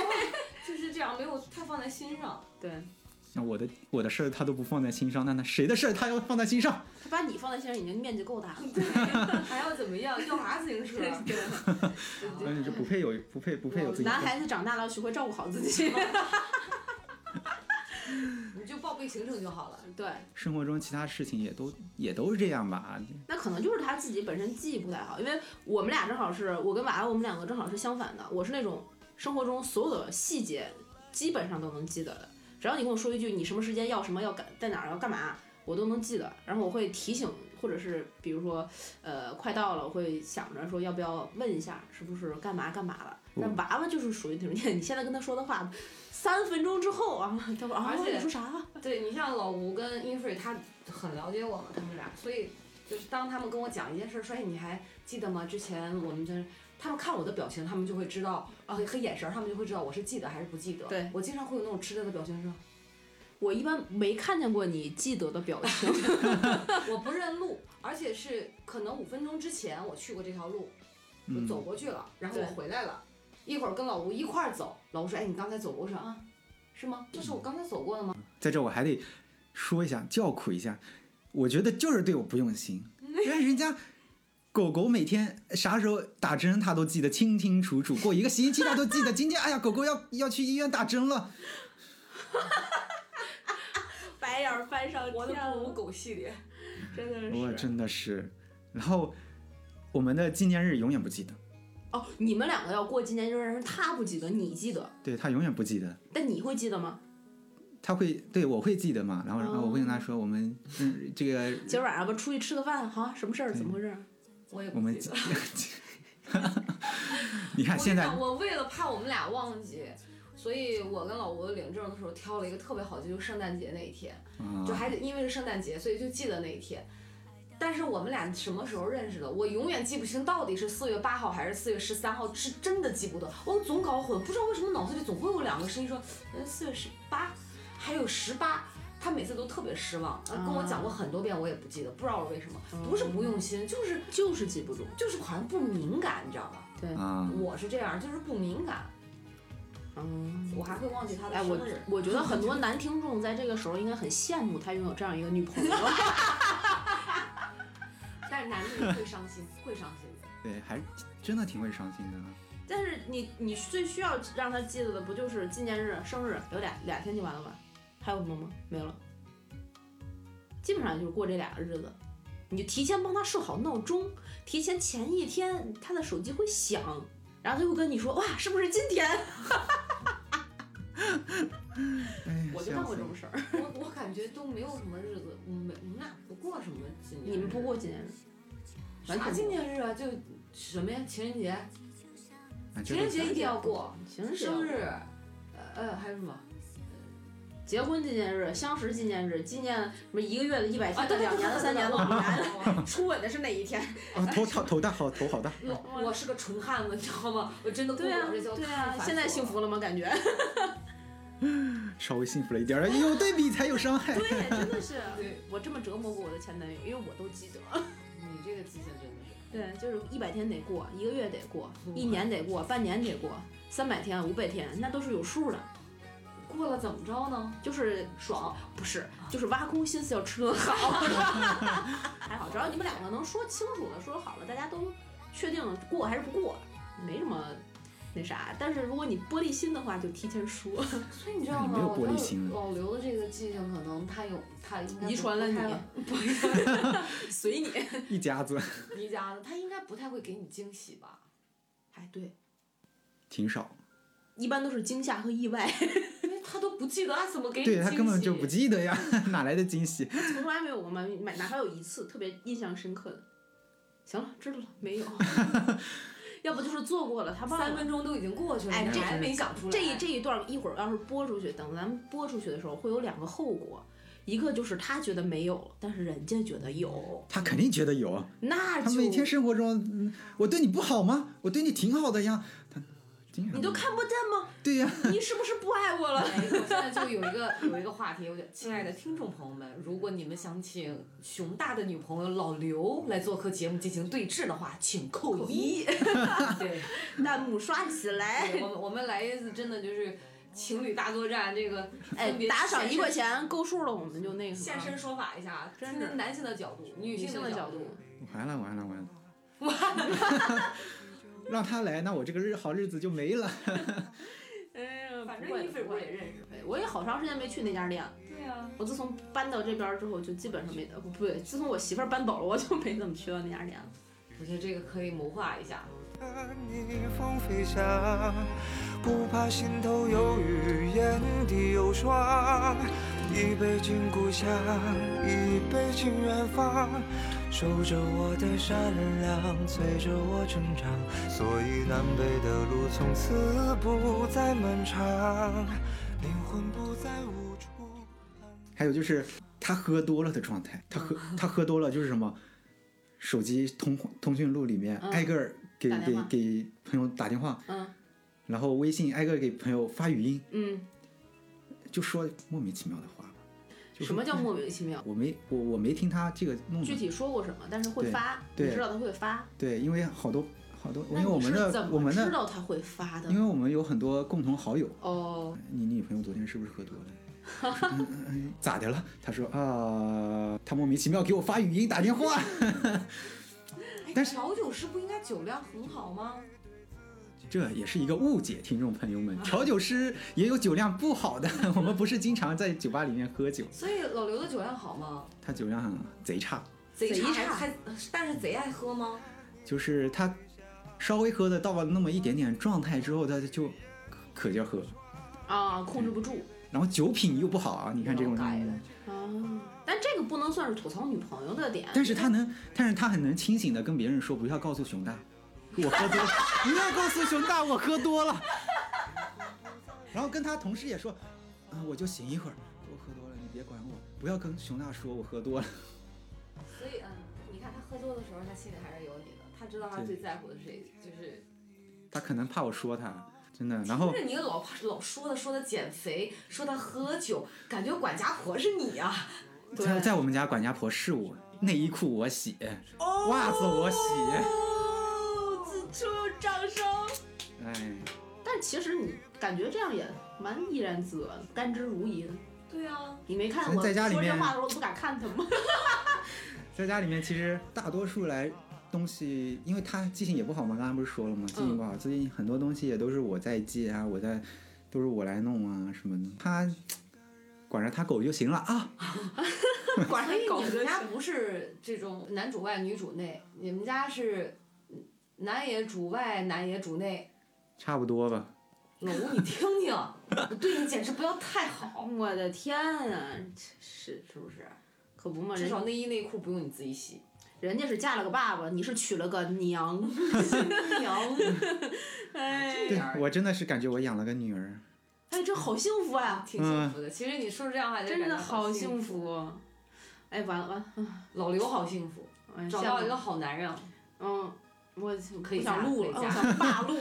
B: 就是这样，没有太放在心上。
E: 对
F: 那我的我的事儿他都不放在心上，那那谁的事儿他要放在心上？
E: 他把你放在心上已经面积够大了。
B: 还要怎么样？要啥自行
F: (laughs)
B: 车？
F: 而且这不配有不配不配有自己的
E: 男孩子长大了要学会照顾好
B: (laughs)
E: 自己。
B: 你就报备行程就好了。
E: 对，
F: 生活中其他事情也都也都是这样吧。啊嗯
E: 那可能就是他自己本身记忆不太好，因为我们俩正好是我跟娃娃，我们两个正好是相反的。我是那种生活中所有的细节基本上都能记得的，只要你跟我说一句你什么时间要什么要干在哪儿要干嘛，我都能记得。然后我会提醒，或者是比如说，呃，快到了，我会想着说要不要问一下是不是干嘛干嘛了。那
F: 嗯
E: 娃娃就是属于那种，你现在跟他说的话，三分钟之后啊，他说啊
B: 而且
E: 你说啥啊？
B: 对你像老吴跟英菲，他很了解我嘛，他们俩，所以就是当他们跟我讲一件事儿，说哎，你还记得吗？之前我们就是他们看我的表情，他们就会知道，啊，和眼神儿，他们就会知道我是记得还是不记得。
E: 对
B: 我经常会有那种吃惊的表情，说 (laughs)
E: 我一般没看见过你记得的表情。
B: 我不认路，而且是可能五分钟之前我去过这条路，我
F: 嗯，
B: 走过去了，然后我
E: 对
B: 回来了，一会儿跟老吴一块儿走，老吴说，哎，你刚才走过，我说啊，是吗？这是我刚才走过的吗？
F: 在这我还得说一下，叫苦一下，我觉得就是对我不
B: (laughs)
F: 用心，因为人家。狗狗每天啥时候打针，它都记得清清楚楚。过一个星期，它都记得今天，哎呀，狗狗要要去医院打针了。
E: 白眼儿翻上
B: 我的
E: 天啊
B: 布
E: 了
B: 偶狗系列，
E: 真的是
F: 我真的是，然后我们的纪念日永远不记得，
E: (laughs) 哦，你们两个要过纪念日，但是他不记得，你记得，
F: 对它永远不记得。
E: 但你会记得吗？
F: 他会对我会记得嘛，然后然后
E: 哦
F: 我会跟他说我们嗯这个
E: 今儿晚上吧，出去吃个饭，哈，什么事儿？怎么回事儿？
B: 我也
F: 我
B: 不
F: 们
B: 记得。，
F: (laughs) 你看
B: 我
F: 现
B: 跟你
F: 在
B: 讲我为了怕我们俩忘记，所以我跟老吴领证的时候挑了一个特别好，就是圣诞节那一天，就
F: 啊，
B: 还得因为是圣诞节，所以就记得那一天。但是我们俩什么时候认识的，我永远记不清到底是四月八号还是四月十三号，是真的记不得。我总搞混，不知道为什么脑子里总会有两个声音说，嗯，四月十八，还有十八。他每次都特别失望，呃跟我讲
F: 嗯
B: 过很多遍，我也不记得，不知道为什么，不是不用心，就是
E: 就是记不住。
B: 就是好像不敏感，你知道吧？
F: 啊，
B: 我是这样，就是不敏感。
E: 嗯，
B: 我还会忘记他的
E: 哎，
B: 生
E: 我
B: 日。
E: 我觉得很多男听众在这个时候应该很羡慕他拥有这样一个女朋友。
B: 但是男的会伤心，会伤心的。
F: 对，还真的挺会伤心的啊。
E: 但是你你最需要让他记得的不就是纪念日、生日，有俩俩天就完了吧？还有什么吗？没了。基本上就是过这俩日子，你就提前帮他设好闹钟，提前前一天他的手机会响，然后他会跟你说哇，是不是今天？
F: 哎，
E: 我就
F: 笑
E: 干过
F: 死
E: 这
F: 了
E: 种事儿。
B: (laughs) 我我感觉都没有什么日子，我们我们俩不过什么纪念日。
E: 你们不过纪念日，完全
B: 啥
E: 不
B: 纪念日啊？就什么呀？情人节，
F: 哎
B: 情
F: 这
B: 人
F: 个
B: 节一定要过，
E: 情人节、
B: 生日，呃呃还有什么
E: 结婚纪念日、相识纪念日、纪念什么一个月的、一百
B: 啊？
E: 天的、
B: 对，
E: 两年的、三
B: (laughs)
E: 年的，我们来
B: 的。
E: 初吻的是哪
B: (laughs)
E: 一天？
F: 啊，头头头大好，头好大，
E: 嗯
B: 我我是个纯汉子，你知道吗？我真的过
E: 对啊，
B: 我这叫
E: 对啊，现在幸福了吗？感觉？
F: (laughs) 稍微幸福了一点儿，有对比才有伤害。
E: (laughs) 对，真的是。
B: 对
E: 我这么折磨过我的前男友，因为我都记得。
B: 你这个记性真的是，
E: 对，就是一百天得过，一个月得过，
B: 嗯
E: 一年得过，半年得过，三百天、五百天，那都是有数的。
B: 过了怎么着呢？
E: 就是爽，不是，就是挖空心思要吃顿好。还好，只要你们两个能说清楚了，说好了，大家都确定过还是不过，没什么那啥。但是如果你玻璃心的话，就提前说。 (laughs)
B: 所以你知道
F: 哎
B: 吗？
F: 你没有
B: 我
F: 玻璃
B: 觉得
F: 心了
B: 老刘的这个记性，可能他有他应该不
E: 遗传了
B: 不太 (laughs)
E: 你随你。
F: 一家子
B: 离家的，他应该不太会给你惊喜吧？
E: 哎，对，
F: 挺少，
E: 一般都是惊吓和意外，
B: 因为他都不记得，他怎么给你
F: 对
B: 惊喜？
F: 他根本就不记得呀， (laughs) 哪来的惊喜？
E: 从来没有过买买，哪怕有一次特别印象深刻的。行了，知道了，
B: (laughs)
E: 没有。要不就是做过了，他忘
B: 三
E: 了。
B: 分钟都已经过去了，
E: 哎
B: 你
E: 这
B: 还没想出来。
E: 这一这一段儿一会儿要是播出去，等咱们播出去的时候会有两个后果，一个就是他觉得没有，但是人家觉得有，
F: 他肯定觉得有，
E: 那
F: 他每天
E: 就
F: 生活中，嗯我对你不好吗？我对你挺好的呀。他经常
E: 你都看不见吗？
F: 对呀、
E: 你是不是不爱
B: (laughs)
E: 我了？
B: 哎，我现在就有一个有一个话题，我就亲爱的听众朋友们，如果你们想请熊大的女朋友老刘来做客节目进行对峙的话，请扣一。 (laughs) 对，
E: 弹幕刷起来！
B: 对我们我们来一次真的就是情侣大作战，这个
E: 哎
B: 分别，
E: 打赏
B: 现
E: 一
B: 身
E: 块钱够数了，我们就那个什
B: 现
E: 么
B: 身说法一下，啊
E: 真
B: 听
E: 是
B: 听男性的角度，女
E: 女性
B: 性
E: 的角
B: 角
E: 度。
F: 完了完了完了， (laughs) 让他来，那我这个日好日子就没了。
E: 哎呀，
B: 反
E: 不会
B: 正衣服
E: 不
B: 我
E: 会
B: 也认识。
E: 我也好长时间没去那家店了。
B: 对啊，
E: 我自从搬到这边儿之后，就基本上没呃不对，自从我媳妇儿搬走了，我就没怎么去到那家店了。
B: 我觉得这个可以谋划一下。
G: 看你风飞翔，不怕心头有雨，眼底有霜。一杯敬故乡，一杯敬远方。守着我的善良，催着我成长，所以南北的路从此不再漫长，灵魂不再无处安放。
F: 还有就是他喝多了的状态，他喝
E: 嗯 (laughs)
F: 他喝多了就是什么，手机通通讯录里面
E: 嗯
F: 挨个儿给
E: 打电
F: 给
E: 话
F: 给朋友打电话，
E: 嗯
F: 然后微信挨个儿给朋友发语音，
E: 嗯，
F: 就说莫名其妙的话。就
E: 什么叫
F: 说
E: 莫名其妙？
F: 我没我我没听他这个弄
E: 具体说过什么，但是会
F: 对
E: 发，
F: 对
E: 你知道他会发。
F: 对，因为好多好多，因
E: 那
F: 为
E: 你
F: 我们
E: 是怎
F: 的我
E: 么
F: 们
E: 知
F: 的，
E: 道他会发的
F: 因？为我们有很多共同好友。
E: 哦，
F: 你女朋友昨天是不是喝
E: (laughs)
F: 多了？我说嗯嗯嗯咋的了？他说啊，他莫名其妙给我发语音打电话。但是
B: 哎调酒师不应该酒量很好吗？
F: 这也是一个误解，听众朋友们，调酒师也有酒量不好的， (laughs) 我们不是经常在酒吧里面喝酒，
B: 所以老刘的酒量好吗？
F: 他酒量贼差，
B: 贼
E: 贼
B: 差
E: 差
B: 还还，呃但是贼爱喝吗？
F: 就是他稍微喝的到了那么一点点状态之后，他就可劲儿喝，
E: 啊，控制不住
F: 然后酒品又不好啊，你看这种
B: 老改的
F: 人，
E: 啊。但这个不能算是吐槽女朋友的点。
F: 但是他能，但是他很能清醒的跟别人说，不要告诉熊大，我喝多了， (laughs) 不要告诉熊大我喝多了，然后跟他同事也说，啊，我就醒一会儿，我喝多了，你别管我，不要跟熊大说我喝多了。
B: 所以嗯，你看他喝多的时候，他心里还是有你的，他知道他
F: 对
B: 最在乎的是谁，就是
F: 他可能怕我说他，真的。然后
B: 不是你老老说他说他减肥，说他喝酒，感觉管家婆是你啊。
F: 在在我们家管家婆是我，内衣裤我洗，袜子我洗，
E: 哦，此处掌声。
F: 哎，
E: 但其实你感觉这样也蛮怡然自得、甘之如饴的。
B: 对啊，
E: 你没看我
F: 在家里
E: 说这
F: 面
E: 话的时候不敢看他吗？ (laughs)
F: 在家里面其实大多数来东西，因为他记性也不好嘛，刚才不是说了吗？记性不
B: 嗯
F: 好，最近很多东西也都是我在记啊，我在都是我来弄啊什么的，他管着他狗就行了啊。
E: 管
B: 所以
E: 他狗
B: 你
E: 就
B: 们
E: 行
B: 家不是这种男主外女主内，你们家是嗯男也主外，男也主内。
F: 差不多吧，
B: 老吴，你听 (laughs) 听，我对你简直不要太好，
E: 我的天啊，是是不是？可不嘛，
B: 至
E: 啊人
B: 少内衣内裤不用你自己洗。
E: 人家是嫁了个爸爸，你是娶了个娘。啊
B: (laughs) 娘，这
F: 对
B: 样儿
F: 我真的是感觉我养了个女儿，
E: (laughs) 哎，这好幸福呀、
B: 啊挺
F: 嗯
B: 幸福的。其实你说这样话，
E: 真的好幸
B: 幸。
E: 福。哎，完了完了，
B: 老刘好幸福，
E: 哎
B: 找
E: 下
B: 到
E: 面
B: 一个好男人，
E: 嗯，我
B: 可以
E: 不
B: 嫁
E: 想录了，
B: 可以
E: 我
B: 嫁 (laughs)
E: 想罢录。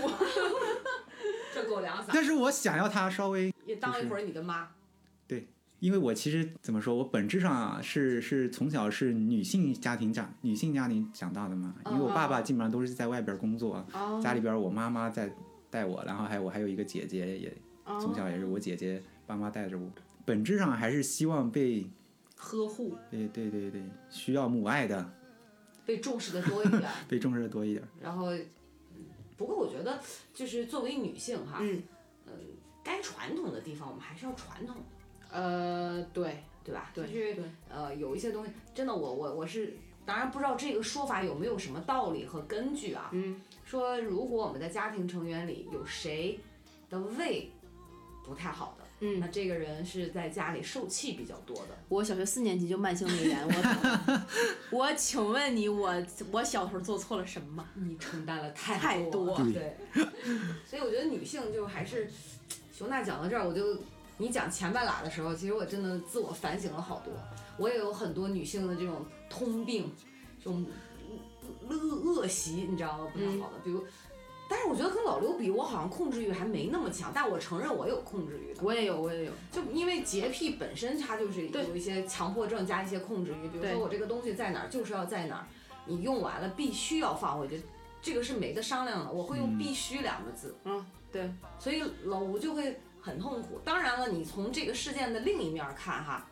B: 这狗粮撒，
F: 但是我想要他稍微
B: 也当一会儿你的妈。
F: 因为我其实怎么说，我本质上啊是是从小是女性家庭长女性家庭长大的嘛，因为我爸爸基本上都是在外边工作，啊
E: 哦
F: 家里边我妈妈在带我，然后还有我还有一个姐姐也从小也是我姐姐爸妈带着我，本质上还是希望被
E: 呵护，
F: 对对对对需要母爱的，
B: 被重视的多一
E: (laughs)
B: 点。
F: 被重视的多一点。
B: 然后，嗯不过我觉得，就是作为女性哈，
E: 嗯
B: 呃，该传统的地方我们还是要传统， (laughs)
E: 呃，对
B: 对吧？
E: 对
B: 就是
E: 对，
B: 呃，有一些东西，真的我我我是，当然不知道这个说法有没有什么道理和根据啊。
E: 嗯，
B: 说如果我们的家庭成员里有谁的胃不太好的，那
E: 嗯，
B: 这个人是在家里受气比较多的。
E: 我小学四年级就慢性胃炎，我 (laughs) 我请问你，我我小时候做错了什么？
B: 你承担了太
E: 太
B: 多
E: 多
B: 对， (laughs) 所以我觉得女性就还是，熊大讲到这儿，我就你讲前半拉的时候，其实我真的自我反省了好多，我也有很多女性的这种
E: 嗯
B: 通病，这种恶恶习，你知道吗？不太好的，比如但是我觉得跟老刘比，我好像控制欲还没那么强，但我承认我有控制欲的。
E: 我也有，我也有。
B: 就因为洁癖本身，它就是
E: 对
B: 有一些强迫症加一些控制欲，比如
E: 对
B: 说我这个东西在哪儿就是要在哪儿，你用完了必须要放回去，这个是没得商量的。我会用“
F: 嗯
B: 必须”两个字，
E: 嗯，对，
B: 所以老吴就会很痛苦。当然了，你从这个事件的另一面看哈，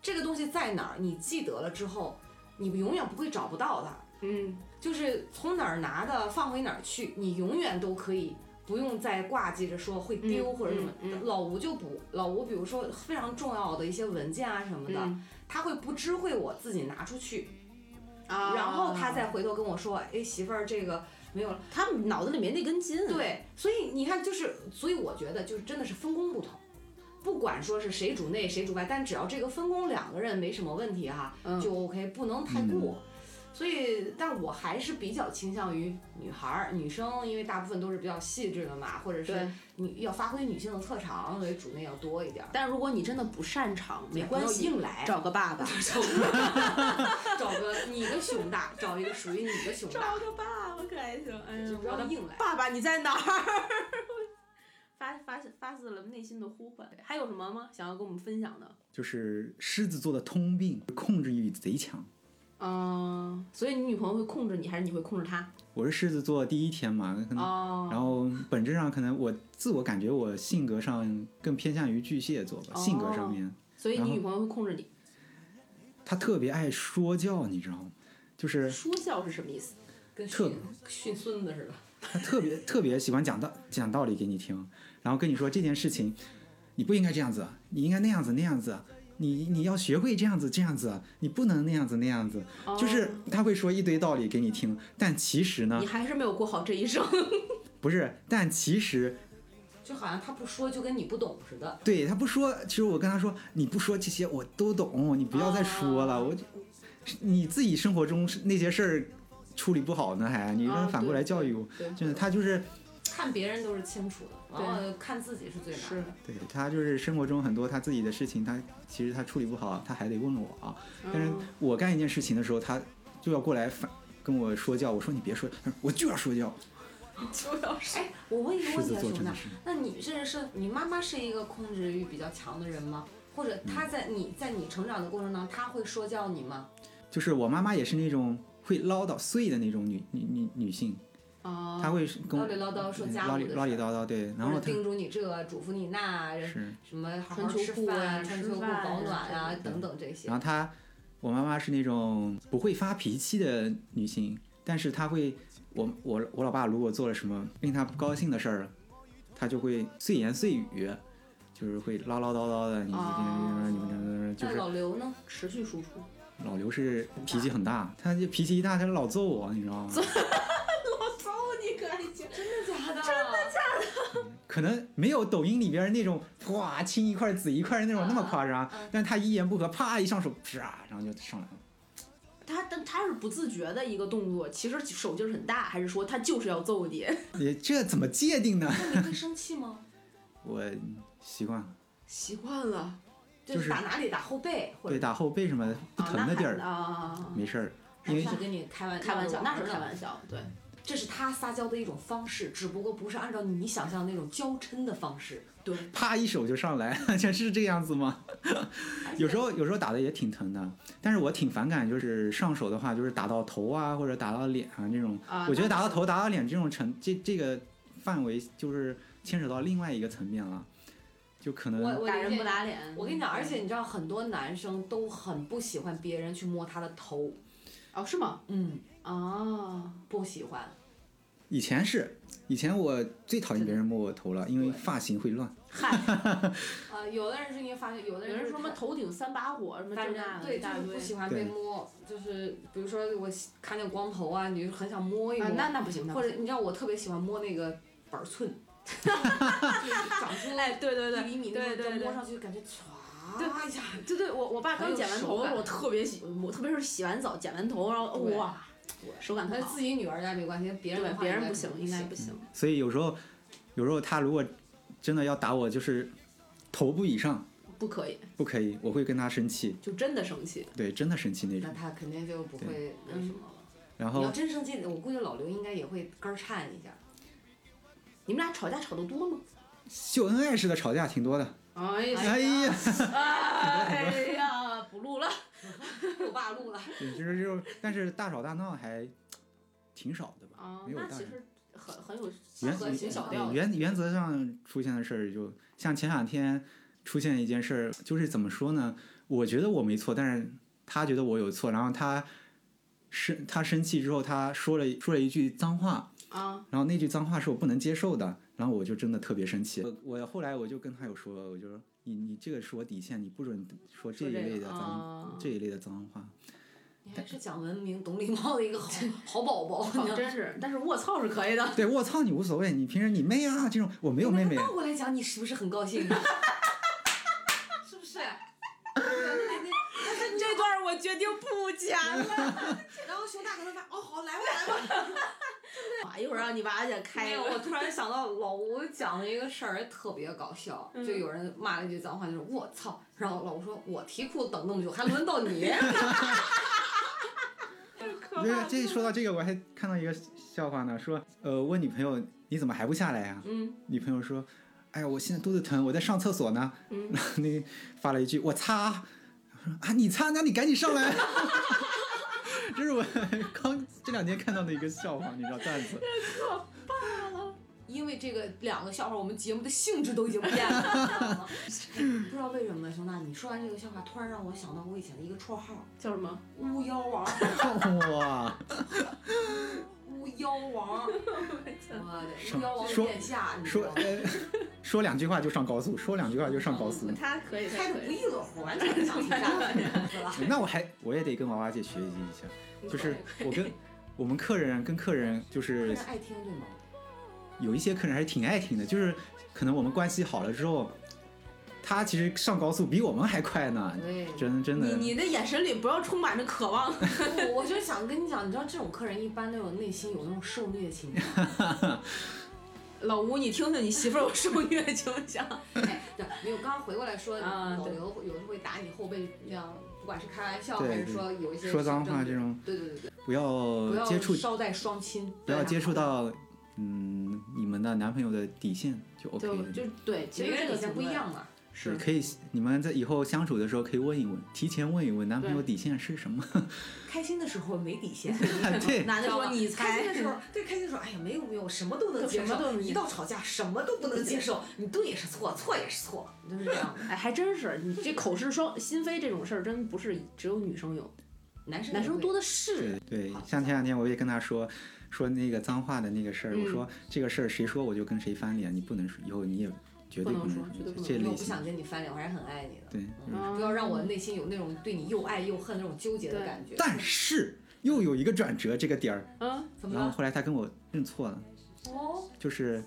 B: 这个东西在哪儿，你记得了之后，你永远不会找不到它。
E: 嗯，
B: 就是从哪儿拿的放回哪儿去，你永远都可以不用再挂记着说会丢
E: 嗯
B: 或者什么。
E: 嗯嗯
B: 老吴就不，老吴比如说非常重要的一些文件啊什么的，
E: 嗯
B: 他会不知会我自己拿出去，
E: 啊，
B: 然后他再回头跟我说，哎媳妇儿这个没有了。
E: 他们脑子里没那根筋，，
B: 对，所以你看就是，所以我觉得就是真的是分工不同。不管说是谁主内谁主外，但只要这个分工两个人没什么问题哈、
E: 嗯
B: 就 OK，不能太过。所以，但我还是比较倾向于女孩儿、女生，因为大部分都是比较细致的嘛，或者是
E: 对。
B: 你要发挥女性的特长，所以主内要多一点儿。
E: 但如果你真的不擅长，没
B: 哎不
E: 关
B: 要
E: 系，
B: 硬来，
E: 找个 (laughs) 爸爸。
B: 找个找个你的熊大，找一个属于你的熊大，
E: 个爸爸可还行？哎
B: 就不要硬来。
E: 爸爸你在哪儿？发发发自了内心的呼唤。还有什么吗？想要跟我们分享的？
F: 就是狮子座的通病，控制欲贼强。
E: 嗯，所以你女朋友会控制你，还是你会控制她？
F: 我是狮子座第一天嘛，可能
E: 哦，
F: 然后本质上可能我自我感觉我性格上更偏向于巨蟹座吧，
E: 哦
F: 性格上面
E: 所以
F: 然
E: 你
F: 后
E: 女朋友会控制你。
F: 他特别爱说教，你知道吗？就是
E: 说教是什么意思？
B: 跟
F: 特
B: 训训孙子似的。
F: 他特别特别喜欢讲道讲道理给你听，然后跟你说这件事情，你不应该这样子，你应该那样子那样子，你你要学会这样子这样子，你不能那样子那样子，就是他会说一堆道理给你听，但其实
E: 哦
F: 呢
E: 你，还是没有过好这一生。
F: 不是，但其实
B: 就好像他不说，就跟你不懂似的。
F: 对他不说，其实我跟他说，你不说这些我都懂，你不要再说了，
B: 哦
F: 我就你自己生活中是那些事儿处理不好呢，还你让
E: 啊
F: 他反过
E: (laughs) 对
F: 来教育我，
B: 哦对，
F: 就是他就是
B: 看别人都是清楚的，
E: 对
B: 完了看自己是最难的。
F: 对他就是生活中很多他自己的事情，他其实他处理不好，他还得问我
B: 哦
F: 啊。但是
E: 嗯
F: 我干一件事情的时候，他就要过来反跟我说教，我说你别说，他说我就要说教。
B: 哎，我问一个
F: 狮
B: 问题
F: 子
B: 啊，
F: 座
B: 熊
F: 真的
B: 大，
F: 是，
B: 那你这是你妈妈是一个控制欲比较强的人吗？或者她在你在你成长的过程当中，她会说教你吗？
F: 就是我妈妈也是那种会唠叨碎的那种女女女女性，
E: 哦，
F: 她会跟我
B: 唠里唠叨说
F: 嗯
B: 家务
F: 唠里
B: 的事
F: 唠里
B: 儿
F: 叨叨，对，然
B: 或
F: 后
B: 者
F: 她
B: 叮嘱你这，嘱咐你那，
F: 是，
B: 什么好好
E: 穿秋
B: 吃
E: 裤啊
B: 饭、穿
E: 吃
B: 秋裤
E: 饭
B: 保
E: 啊
B: 暖啊
E: 这
B: 等等这些
F: 然。后她我妈妈是那种不会发脾气的女性，但是她会我我我老爸如果做了什么令她不高兴的事儿，她就会碎言碎语。就是会唠唠叨叨的，你
E: 哦
F: 你你们这
B: 那
F: 就是
B: 老刘呢？
E: 持续输出。
F: 老刘是脾气很大，他就脾气一大，他老揍我，你知道吗？
B: 真的假的？真的假
F: 可能没有抖音里边那种哇亲一块紫一块那种那么夸张，但他一言不合啪一上手，啪，然后就上来了。
E: 他但他是不自觉的一个动作，其实手劲儿很大，还是说他就是要揍 (laughs) 你？
F: 也这怎么界定呢？
B: 的？那你会生气吗？
F: 我习惯了，
E: 习惯了，
B: 就
F: 就是是
B: 打哪里？打后背或
F: 对
B: 者
F: 打后背什么的不疼的
B: 哦
F: 地儿、
E: 啊，
F: 没事儿，
B: 还
F: 因为
B: 是跟你开玩
E: 开玩笑，那是
B: 玩
E: 开
B: 笑。
E: 玩笑，对，
B: 这是他撒娇的一种方式，只不过不是按照你想象那种娇嗔的方式。
F: 啪一手就上来， (laughs) 这是这样子吗？有时候有时候打的也挺疼的，但是我挺反感，就是上手的话，就是打到头啊或者打到脸啊这种，
E: 啊
F: 我觉得打到头打到脸这种程这这个范围就是牵扯到另外一个层面了，就可能
B: 我我
E: 打
B: 理
E: 人
B: 解
E: 不打脸。
B: 我跟你讲，而且你知道，很多男生都很不喜欢别人去摸他的头，
E: 哦，是吗？
B: 嗯，
E: 啊，
B: 不喜欢。
F: 以前是，以前我最讨厌别人摸我头了，因为
B: 对
F: 发型会乱。
E: 嗨，
B: 啊，有的人是因为发现，有的
E: 有人
B: 人
E: 说什么头顶三把火，什么
B: 反
E: 这
B: 正
E: 那的，
B: 对，
E: 一
B: 就
E: 大
B: 是
E: 堆
B: 不。喜欢被
F: 对
B: 摸，就是比如说我喜看见光头啊，你就很想摸一
E: 啊
B: 摸，，
E: 那那不行，那不
B: 或
E: 行
B: 者你知道我特别喜欢摸那个板 (laughs) 寸，就是长出
E: 哎，对对
B: 一
E: 对
B: 厘米那种，
E: 对
B: 就
E: 对
B: 摸
E: 对
B: 上去感觉唰
E: 对
B: 一下，
E: 对对，我我爸刚剪完头的时
B: 很有
E: 候，
B: 手
E: 我
B: 感
E: 特别喜，我特别是洗完澡剪完头，然后
B: 对
E: 哇，手感
B: 那
E: 特好
B: 自。己女儿家没关系，别人的
E: 对，
B: 话
E: 别
B: 应
E: 人
B: 该
E: 不行，应该不行。
F: 所以有时候，有时候他如果真的要打我，就是头部以上
E: 不可以，
F: 不可以，我会跟他生气，
E: 就真的生气。
F: 对，真的生气那
B: 那
F: 种。
B: 他肯定就不会那什么了。
F: 然
B: 你
F: 后
B: 要真生气，我估计老刘应该也会肝儿颤一下。 (laughs)
E: 你们俩吵架吵得多吗？
F: 秀恩爱式的吵架挺多的。
E: 哎
F: (laughs)
E: 呀，
F: 哎呀，
E: 哎 (laughs) 呀，不录了。
B: 我爸录了，
F: 对，就是就是，但是大吵大闹还挺少的吧？
E: 啊，
F: 没有
E: 那
F: 大
E: 其
F: 人
E: 实很很有
F: 原
E: 和谐小调
F: 对
E: 的。
F: 原原则上出现的事儿，就像前两天出现一件事儿，就是怎么说呢？我觉得我没错，但是他觉得我有错，然后他生他生气之后，他说了说了一句脏话，
E: 啊，
F: 然后那句脏话是我不能接受的，然后我就真的特别生气。我我后来我就跟他有说，我就说你你这个是我底线，你不准说这一
E: 这个
F: 类的脏
E: 啊
F: 这一类的脏话。
B: 你还是讲文明、懂礼貌的一个好好宝宝。
E: 好真是，但是卧槽是可以 (laughs) 的。
F: 对，我操你无所谓，你平时你妹啊这种，我没有妹妹。
B: 倒过来讲，你是不是很高兴？啊 (laughs) 是不是？ (laughs)
E: 这段我决定不剪了。
B: (laughs) 然后熊大可能发，哦，好，来吧，来吧。
E: 一会儿让你娃去开
B: (laughs) 没
E: 一
B: 有，
E: 个。
B: 我突然想到老吴讲了一个事儿，特别搞笑，就有人骂了一句脏话，就是我操，然后老吴说，我提裤子等那么久，还轮到你？ (laughs)
F: 对，这说到这个，我还看到一个笑话呢，说，呃，问女朋友你怎么还不下来呀、嗯，女朋友说，哎呀，我现在肚子疼，我在上厕所呢。嗯，那个发了一句我擦，我说啊，你擦，那你赶紧上来。 (laughs) 这是我刚这两天看到的一个笑话，你知道段子。
B: 因为这个两个笑话，我们节目的性质都已经变了， (laughs) 你知道吗不知道为什么，熊大，你说完这个笑话，突然让我想到我以前的一个绰号
E: 叫什么？
B: ——巫妖王。
F: (laughs) 哇，
B: 巫妖王，我的
F: 说
B: 巫妖王
F: 说
B: 殿下，你知
F: 说
B: 道吗？
F: 呃，说两句话就上高速，说两句话就上高速。
E: 他可以，
B: 开的
E: 他可
B: 不
E: 以。
B: 亦乐乎，完全不想听下去 (laughs) 了。
F: 那我还我也得跟娃娃姐学习一下，就是我跟我们客人啊跟客人就
B: 客
F: 是
B: 人爱听对吗？
F: 有一些客人还是挺爱听的，就是可能我们关系好了之后，他其实上高速比我们还快呢，
B: 对
F: 真真的。
E: 你你的眼神里不要充满着渴
B: (laughs)
E: 望。
B: 我我就想跟你讲，你知道这种客人一般都有内心有那种受虐倾向。
E: 老吴，你听听你媳妇儿有受虐倾 (laughs) 向。
B: 对，没有，刚刚回过来说，
E: 啊
B: 老
E: 对
B: 刘有时候会打你后背，那样不管是开玩笑
F: 对
B: 还是
F: 对
B: 说有一些
F: 说脏
B: 是针
F: 话
B: 对
F: 这种，
B: 对对对对，
F: 不
B: 不
F: 要
B: 要
F: 接触，
B: 捎带双亲，啊
F: 不要接触到，嗯，你们的男朋友的底线就 OK
E: 就
F: 的，
E: 就对，其
B: 每
E: 实
B: 个人
E: 这
B: 底
E: 个
B: 线不一样嘛。
F: 对
E: 是。
F: 可以，你们在以后相处的时候可以问一问，提前问一问男朋友
E: 对
F: 底线是什
E: (laughs)
F: 么。
B: 开心的时候没底线，
F: 对，
E: 男的说你
B: 开
E: 才
B: 心的时候，对开心的时候，哎呀，没有没有，我什么都能
E: 对
B: 接
E: 什么都
B: 受，
E: 能
B: 一到吵架什么都不能接受，你对也是错，错也是错，就是这
E: (laughs)
B: 样的。
E: 哎，还真是，你这口是双心非这种事儿，真不是只有女生有，
B: 男生
E: 男生多
B: 的
E: 的是。
F: 对对，像前两天我也跟他说说那个脏话的那个事儿，我
E: 嗯
F: 说这个事儿谁说我就跟谁翻脸，你不能说，以后你也绝对
E: 不能
F: 能
E: 说绝对不能
F: 这
B: 我
F: 类
B: 不
F: 型
B: 想，跟你翻脸，我还是很爱你的。
F: 对，就是
E: 嗯
B: 不要让我内心有那种对你又爱又恨那种纠结的
E: 对
B: 感觉。
F: 但是又有一个转折，这个点儿，
E: 嗯，
B: 怎么
F: 然后
B: 了？
F: 后来他跟我认错了，
B: 哦，
F: 就是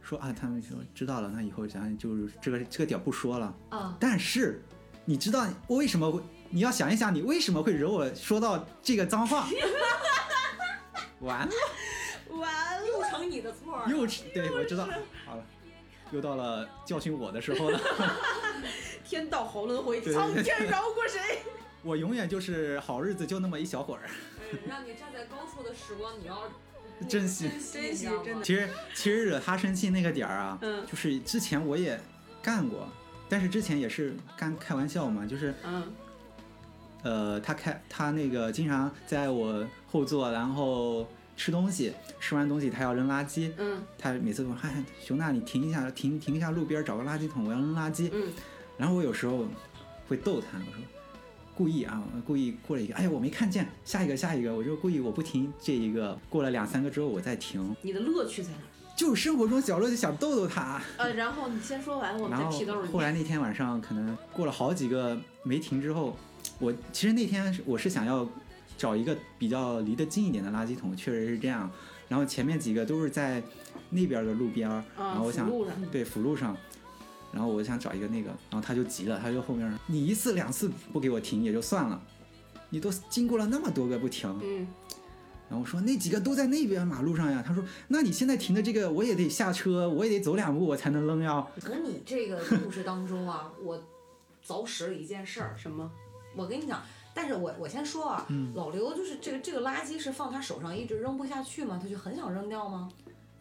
F: 说啊，他们说知道了，那以后咱就是这个这个点儿不说了。
B: 啊，
F: 但是你知道我为什么会？你要想一想，你为什么会惹我说到这个脏
B: (laughs)
F: 话？完了，
E: 完了，
B: 又成你的错儿了。
F: 又是对我知道，好了，又到了教训我的时候了。
E: 天道好轮回，
F: 对
E: 苍
F: (laughs)
E: 天饶过谁？
F: 我永远就是好日子就那么一小会儿，
B: 哎让你站在高处的时光，你要
F: 珍惜。
E: 珍
B: 珍
E: 惜真的
F: 其实其实惹他生气那个点儿啊，
E: 嗯
F: 就是之前我也干过，但是之前也是干开玩笑嘛，就是
E: 嗯，
F: 呃，他开他那个经常在我后座，然后吃东西，吃完东西他要扔垃圾，
E: 嗯
F: 他每次都说：“哎，熊大，你停一下，停停一下路边找个垃圾桶，我要扔垃圾。”
E: 嗯，
F: 然后我有时候会逗他，我说故意啊，故意过了一个，哎呀，我没看见，下一个下一个，我就故意我不停这一个，过了两三个之后我再停，
E: 你的乐趣在哪儿？
F: 就是生活中小乐就想逗逗他。
E: 呃，然后你先说完，我们
F: 然
E: 再
F: 后
E: 哦批斗你。
F: 后来那天晚上，可能过了好几个没停之后，我其实那天是我是想要找一个比较离得近一点的垃圾桶，确实是这样。然后前面几个都是在那边的路边儿，然
E: 啊，
F: 后我
E: 辅
F: 想
E: 路上，
F: 对辅路上，然后我想找一个那个，然后他就急了，他就后面你一次两次不给我停也就算了，你都经过了那么多个不停，
E: 嗯，
F: 然后我说那几个都在那边马路上呀，他说那你现在停的这个我也得下车，我也得走两步我才能扔呀。
B: 从你这个故事当中啊，我凿实了一件事儿。
E: 什么？
B: 我跟你讲，但是我我先说啊，
F: 嗯
B: 老刘就是这个这个垃圾是放他手上一直扔不下去吗？他就很想扔掉吗？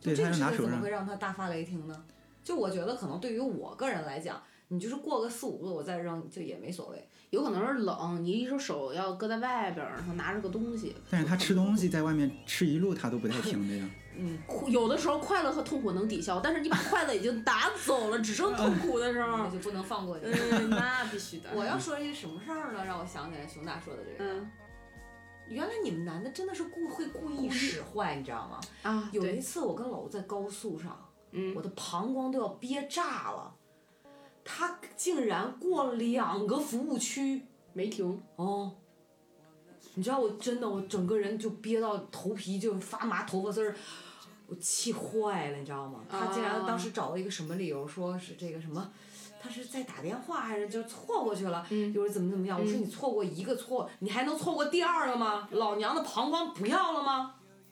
F: 对，
B: 这
F: 他
B: 个
F: 是
B: 事
F: 拿
B: 情
F: 手
B: 怎么
F: 上
B: 会，让他大发雷霆呢？就我觉得可能对于我个人来讲，你就是过个四五个我再扔就也没所谓。
E: 有可能是冷，你一只手要搁在外边儿，然后拿着个东西。
F: 但是他吃东西在外面吃一路他都不带停的呀。
E: 有的时候快乐和痛苦能抵消，但是你把快乐已经拿走了，只剩痛苦的时
B: 我
E: (laughs) 候，
B: 就不能放过你。
E: 嗯，那必须的。
B: 我要说一什么事儿呢？让我想起来熊大说的这个。
E: 嗯
B: 原来你们男的真的是故会故意使坏，你知道吗？
E: 啊，
B: 有一
E: 对，
B: 次我跟老吴在高速上，
E: 嗯
B: 我，的膀胱都要憋炸了，他竟然过两个服务区
E: 没停，
B: 哦。你知道我真的，我整个人就憋到头皮就发麻，头发丝儿，我气坏了，你知道吗？他竟然
E: 啊
B: 当时找了一个什么理由，说是这个什么，他是在打电话还是就错过去了，
E: 嗯
B: 就是怎么怎么样。我说
E: 嗯
B: 你错过一个错，你还能错过第二个吗？老娘的膀胱不要了吗？ (laughs)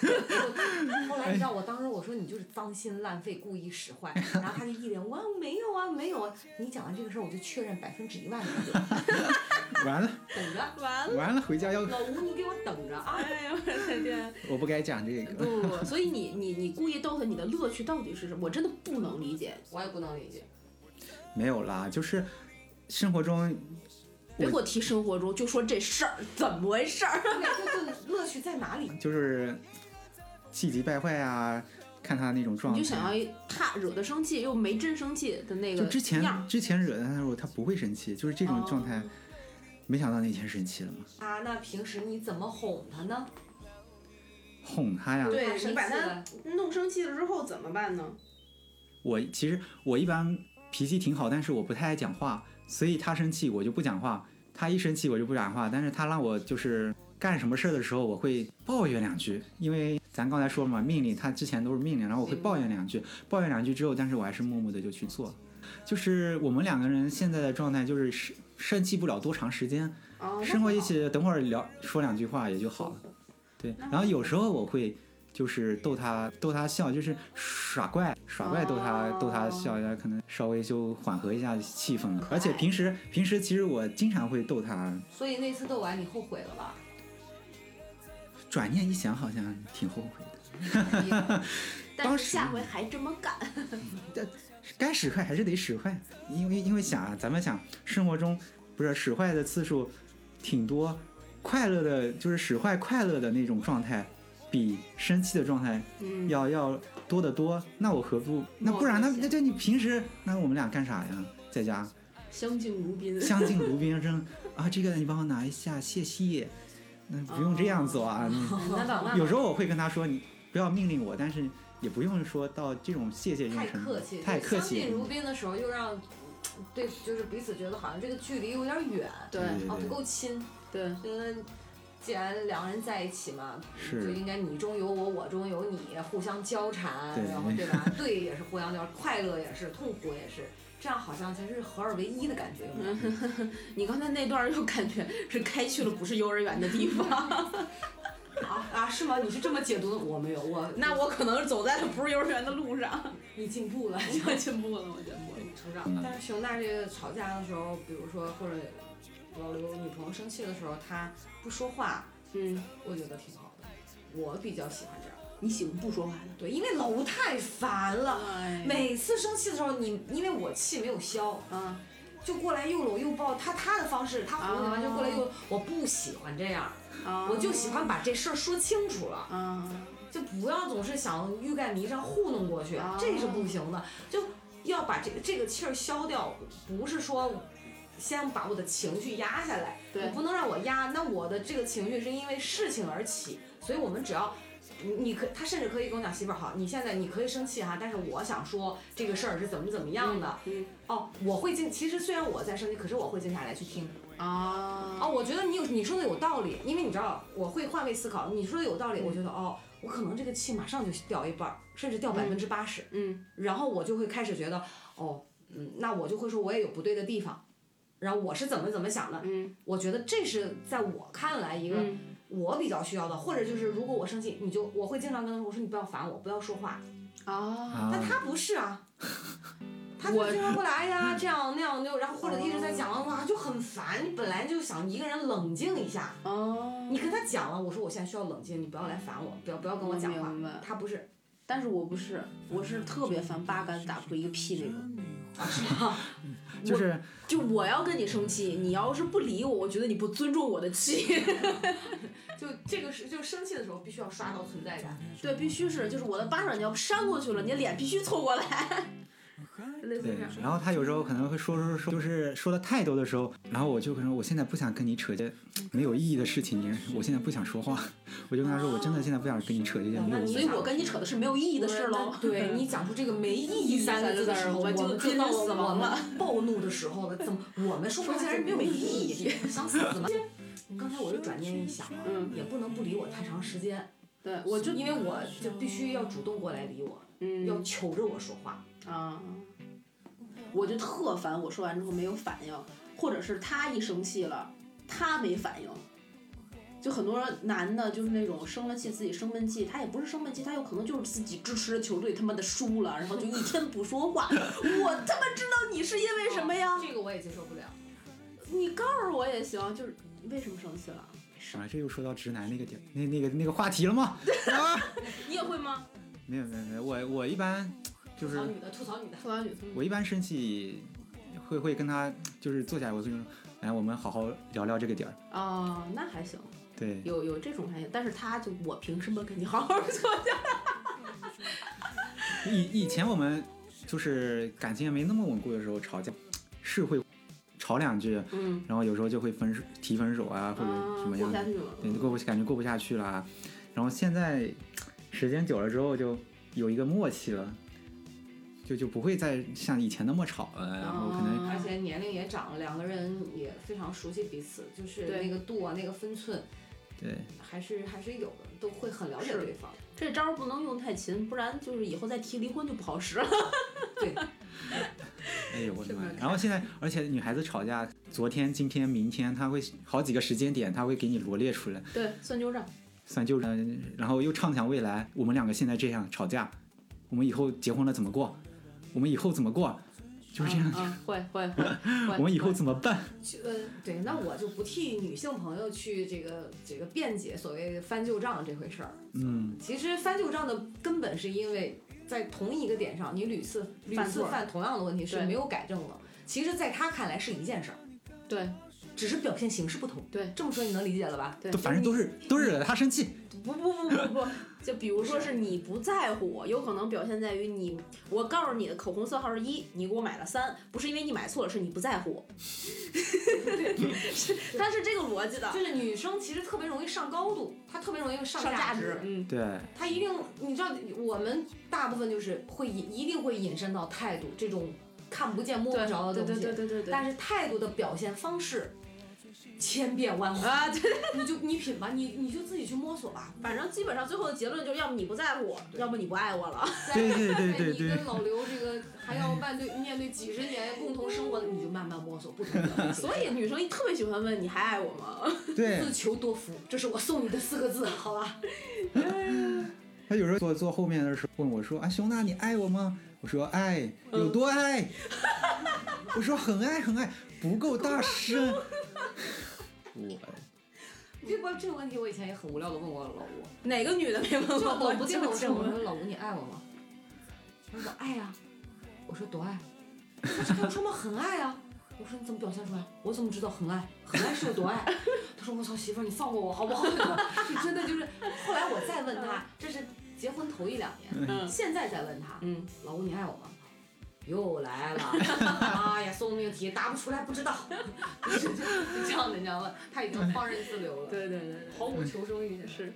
B: 我后来你知道，我当时我说你就是脏心烂肺，故意使坏，然后他就一脸哇没有啊没有啊，你讲完这个事儿我就确认百分之一万没有，
F: 完了
B: 等着
E: 完了，
F: 完了，回家要
B: 老吴你给我等着啊！
E: 哎呀，我的天！
F: 我不该讲这
E: 不
F: 个。
E: 不不，所以你你你故意逗他，你的乐趣到底是什么？我真的不能理解。
B: 我也不能理解，
F: 没有啦，就是生活中
E: 别给我提生活中，就说这事儿怎么回事儿？
B: 对呀，这乐趣在哪里？
F: 就是气急败坏啊，看他那种状
E: 你
F: 态。
E: 就想要一他惹他生气又没真生气的那个
F: 就之前
E: 样哦儿
F: 之前惹他的时候，他不会生气，就是这种状态。没想到那天生气了嘛，
B: 啊，那平时你怎么哄他呢？
F: 哄他呀。
E: 对
B: 他
E: 你
B: 生
E: 把
B: 气
E: 他
B: 了
E: 弄生气了之后怎么办呢？
F: 我其实我一般脾气挺好，但是我不太爱讲话，所以他生气我就不讲话，他一生气我就不讲话。但是他让我就是干什么事儿的时候，我会抱怨两句，因为咱刚才说了嘛，命令他之前都是命令，然后我会抱怨两句，抱怨两句之后，但是我还是默默的就去做了。就是我们两个人现在的状态就是生生气不了多长时间，
E: 啊，
F: 生活一起等会儿聊说两句话也就好了。对，然后有时候我会就是逗他逗他笑，就是耍怪耍怪逗他、逗他笑一下，可能稍微就缓和一下气氛了。而且平时平时其实我经常会逗他，
B: 所以那次逗完你后悔了吧？
F: 转念一想好像挺后悔的，
E: 但
F: 当
E: 是
F: 时
E: 下回还这么干。
F: 该使坏还是得使坏，因为因为想啊，咱们想生活中不是使坏的次数挺多，快乐的就是使坏快乐的那种状态，比生气的状态
E: 嗯，
F: 要要多得多，那我何不那
E: 我
F: 不然
E: 也
F: 那
E: 想
F: 那就你平时那我们俩干啥呀？在家
E: 相敬如宾。
F: 相敬如宾扔啊，这个你帮我拿一下，谢谢。那不用这样做啊，你
B: 那倒那
F: 有时候我会跟他说你不要命令我，但是也不用说到这种谢谢这种
B: 太
F: 程
B: 客
F: 度
B: 气，，
F: 太客
B: 相敬
F: 气
B: 如。宾的时候又让对，就是彼此觉得好像这个距离有点远啊，
E: 对
F: 对
B: 不够亲。
E: 对，
B: 觉得既然两个人在一起嘛，就是应该你中有我，我中有你，互相交缠，
F: 对
B: 然后对吧？对也是互相交，快乐也是，痛苦也是，这样好像才是合二为一的感觉。有没有
E: 你刚才那段儿又感觉是开去了不是幼儿园的
F: (laughs)
E: 地方，
B: 啊啊，是吗？你是这么解读的？我没有，我
E: 那我可能走在了不是幼儿园的路上，
B: 你进步了。嗯
E: 我进步了，我进步了。
B: 成长。但是熊大这个吵架的时候，比如说或者老刘女朋友生气的时候，他不说话，
E: 嗯，
B: 我觉得挺好的。我比较喜欢这样，
E: 你喜欢不说话的？
B: 对，因为老吴太烦了。
E: 哎
B: 每次生气的时候，你因为我气没有消，
E: 啊，
B: 就过来又搂又抱，他他的方式，他哄你完就过来又，我不喜欢这样，
E: 啊
B: 我就喜欢把这事儿说清楚了，
E: 啊，
B: 就不要总是想欲盖弥彰糊弄过去
E: 啊，
B: 这是不行的，就要把这这个气儿消掉，不是说。先把我的情绪压下来，
E: 对
B: 我不能让我压。那我的这个情绪是因为事情而起，所以我们只要你你可他甚至可以跟我讲媳妇儿好，你现在你可以生气哈，但是我想说这个事儿是怎么怎么样的，
E: 嗯
B: 哦，我会静。其实虽然我在生气，可是我会静下来去听。
E: 啊，
B: 哦，我觉得你有你说的有道理，因为你知道我会换位思考。你说的有道理，我
E: 嗯
B: 觉得哦，我可能这个气马上就掉一半儿，甚至掉百分之八十，
E: 嗯，
B: 然后我就会开始觉得哦，嗯，那我就会说我也有不对的地方，然后我是怎么怎么想的。
E: 嗯
B: 我觉得这是在我看来一个
E: 嗯
B: 我比较需要的，或者就是如果我生气，你就我会经常跟他说，我说你不要烦我，不要说话，
E: 啊，
F: 啊
B: 但，他不是啊，他就经常过来哎呀，这样那样就，然后或者一直在讲的话就很烦。你本来就想一个人冷静一下，
E: 哦，
B: 你跟他讲了，我说我现在需要冷静，你不要来烦我，不要不要跟我讲话
E: 明白。
B: 他不是，
E: 但是我不是，我是特别烦八竿子打不出一个屁那种。
F: 就是
E: 就我要跟你生气，你要是不理我，我觉得你不尊重我的气。
B: 就这个是，就生气的时候必须要刷到存在感。
E: (laughs) 对，必须是，就是我的巴掌你要扇过去了，你的脸必须凑过来。类似
F: 对
E: 这样，。
F: 然后他有时候可能会说说说，就是说的太多的时候，然后我就可能我现在不想跟你扯这没有意义的事情，你我现在不想说话，我就跟他说我真的现在不想跟你扯这些没有意义的
E: 所以我跟你扯的是没有意义的事儿喽。 (laughs)
B: 对你讲出这个没意义三个字的时候，
E: 我们就
B: 们
E: 知
B: 知
E: 道
B: 道
E: 死亡了。
B: (laughs) 暴怒的时候了，怎么我们说话竟然没有意义？想死吗？ (laughs) 刚才我就转念一想啊，
E: 嗯
B: 也不能不理我太长时间，
E: 对，我就
B: 因为我就必须要主动过来理我，要
E: 嗯
B: 求着我说话。
E: 啊，我就特烦我说完之后没有反应，或者是他一生气了，他没反应。就很多男的，就是那种生了气自己生闷气，他也不是生闷气，他有可能就是自己支持的球队他妈的输了，然后就一天不说话。 (laughs) 我他妈知道你是因为什么呀？
B: 这个我也接受不了。
E: 你告诉我也行，就是你为什么生气了？
F: 啊，这又说到直男那个点，那那个那个话题了吗？啊，
E: 你也会吗？
F: 没有没有没有，我我一般就
B: 吐槽
F: 是
B: 女的，吐槽女的。
E: 吐槽女
F: 我一般生气会会跟他就是坐下来，我就说来我们好好聊聊这个点儿，
E: 啊、那还行，
F: 对，
E: 有有这种还行，但是他就我凭什么跟你好好说呀？
F: 以以前我们就是感情也没那么稳固的时候吵架，是会吵两句，
E: 嗯，
F: 然后有时候就会分手提分手啊，或者
E: 啊
F: 什么
E: 过
F: 样
E: 不
F: 的，
E: 下去了。
F: 对，过不感觉过不下去啦。然后现在时间久了之后，就有一个默契了，就就不会再像以前那么吵了。然后可能
E: 啊
B: 而 (laughs) 且年龄也长了，两个人也非常熟悉彼此，就是
E: 对
B: 那个度啊，那个分寸
F: 对，
B: 还是还是有的，都会很了解
E: 是
B: 对方。
E: 这招儿不能用太勤，不然就是以后再提离婚就不好使了。
F: 哎呦我的妈
E: 这
F: 呀
E: 么！看
F: 然后现在，而且女孩子吵架，昨天、今天、明天，她会好几个时间点，她会给你罗列出来，
E: (laughs) 对，算旧账。
F: 算就嗯，然后又畅想未来，我们两个现在这样吵架，我们以后结婚了怎么过？我们以后怎么过？就是这样，
E: 啊， (laughs) 啊会会会会。
F: 我们以后
E: 会
F: 怎么办？
B: 就呃，对，那我就不替女性朋友去这个这个辩解所谓翻旧账这回事儿。
F: 嗯，
B: 其实翻旧账的根本是因为在同一个点上，你屡次屡
E: 犯
B: 次
E: 错儿
B: 犯同样的问题是
E: 对
B: 没有改正的。其实，在他看来是一件事儿，
E: 对
B: 只是表现形式不同。
E: 对
B: 这么说你能理解了吧？
E: 对
F: 都，反正都是都是惹她生气，
E: 不不不不不，就比如说是你不在乎我，有可能表现在于你，我告诉你的口红色号是一，你给我买了三，不是因为你买错了，是你不在乎我。 (laughs) 是，它是这个逻辑的。
B: 就是女生其实特别容易上高度，她特别容易上
E: 上
B: 价
E: 价值，嗯，
F: 对。
B: 她一定，你知道，我们大部分就是会引，一定会引申到态度这种看不见摸不
E: 对
B: 着的
E: 对
B: 东西。
E: 对对对对对。
B: 但是态度的表现方式千变万化，
E: 啊，对，
B: 你就你品吧，你你就自己去摸索吧。
E: 反正基本上最后的结论就是，要么你不在乎我，要么你不爱我了。
F: 对对对
B: 在
F: 对
B: 你
F: 对
B: 跟老刘这个还要面对面对几十年共同生活的，你就慢慢摸索不同的。
E: 所以女生特别喜欢问你还爱我吗？ (laughs)
F: 对
B: 自求多福，这是我送你的四个字，好吧？
F: 他有时候坐坐后面的时候问我说：“啊，熊大，你爱我吗？”我说：“爱，有多爱？”我说：“很爱，很爱，不够大声。 (laughs) 我”
B: 这关于这个问题，我以前也很无聊的问过老吴。
E: 哪个女的没问
B: 就
E: 过
B: (laughs) 我
E: 我？
B: 不见我
E: 这
B: 问我说老吴你爱我吗？他说爱呀、我说多爱，他说他说嘛很爱啊，我说你怎么表现出来？我怎么知道很爱？很爱是有多爱？他说我操媳妇儿你放过我好不好？ (laughs) 你真的就是，后来我再问他，这是结婚头一两年，
E: 嗯
B: 现在再问他，
E: 嗯，
B: 老吴你爱我吗？又来了， (laughs) 妈呀，送命题答不出来不知道， (laughs) 就是这样的，你知道吗？他已经放任自流了，
E: 对对对对，
B: 毫无求生欲，
E: 是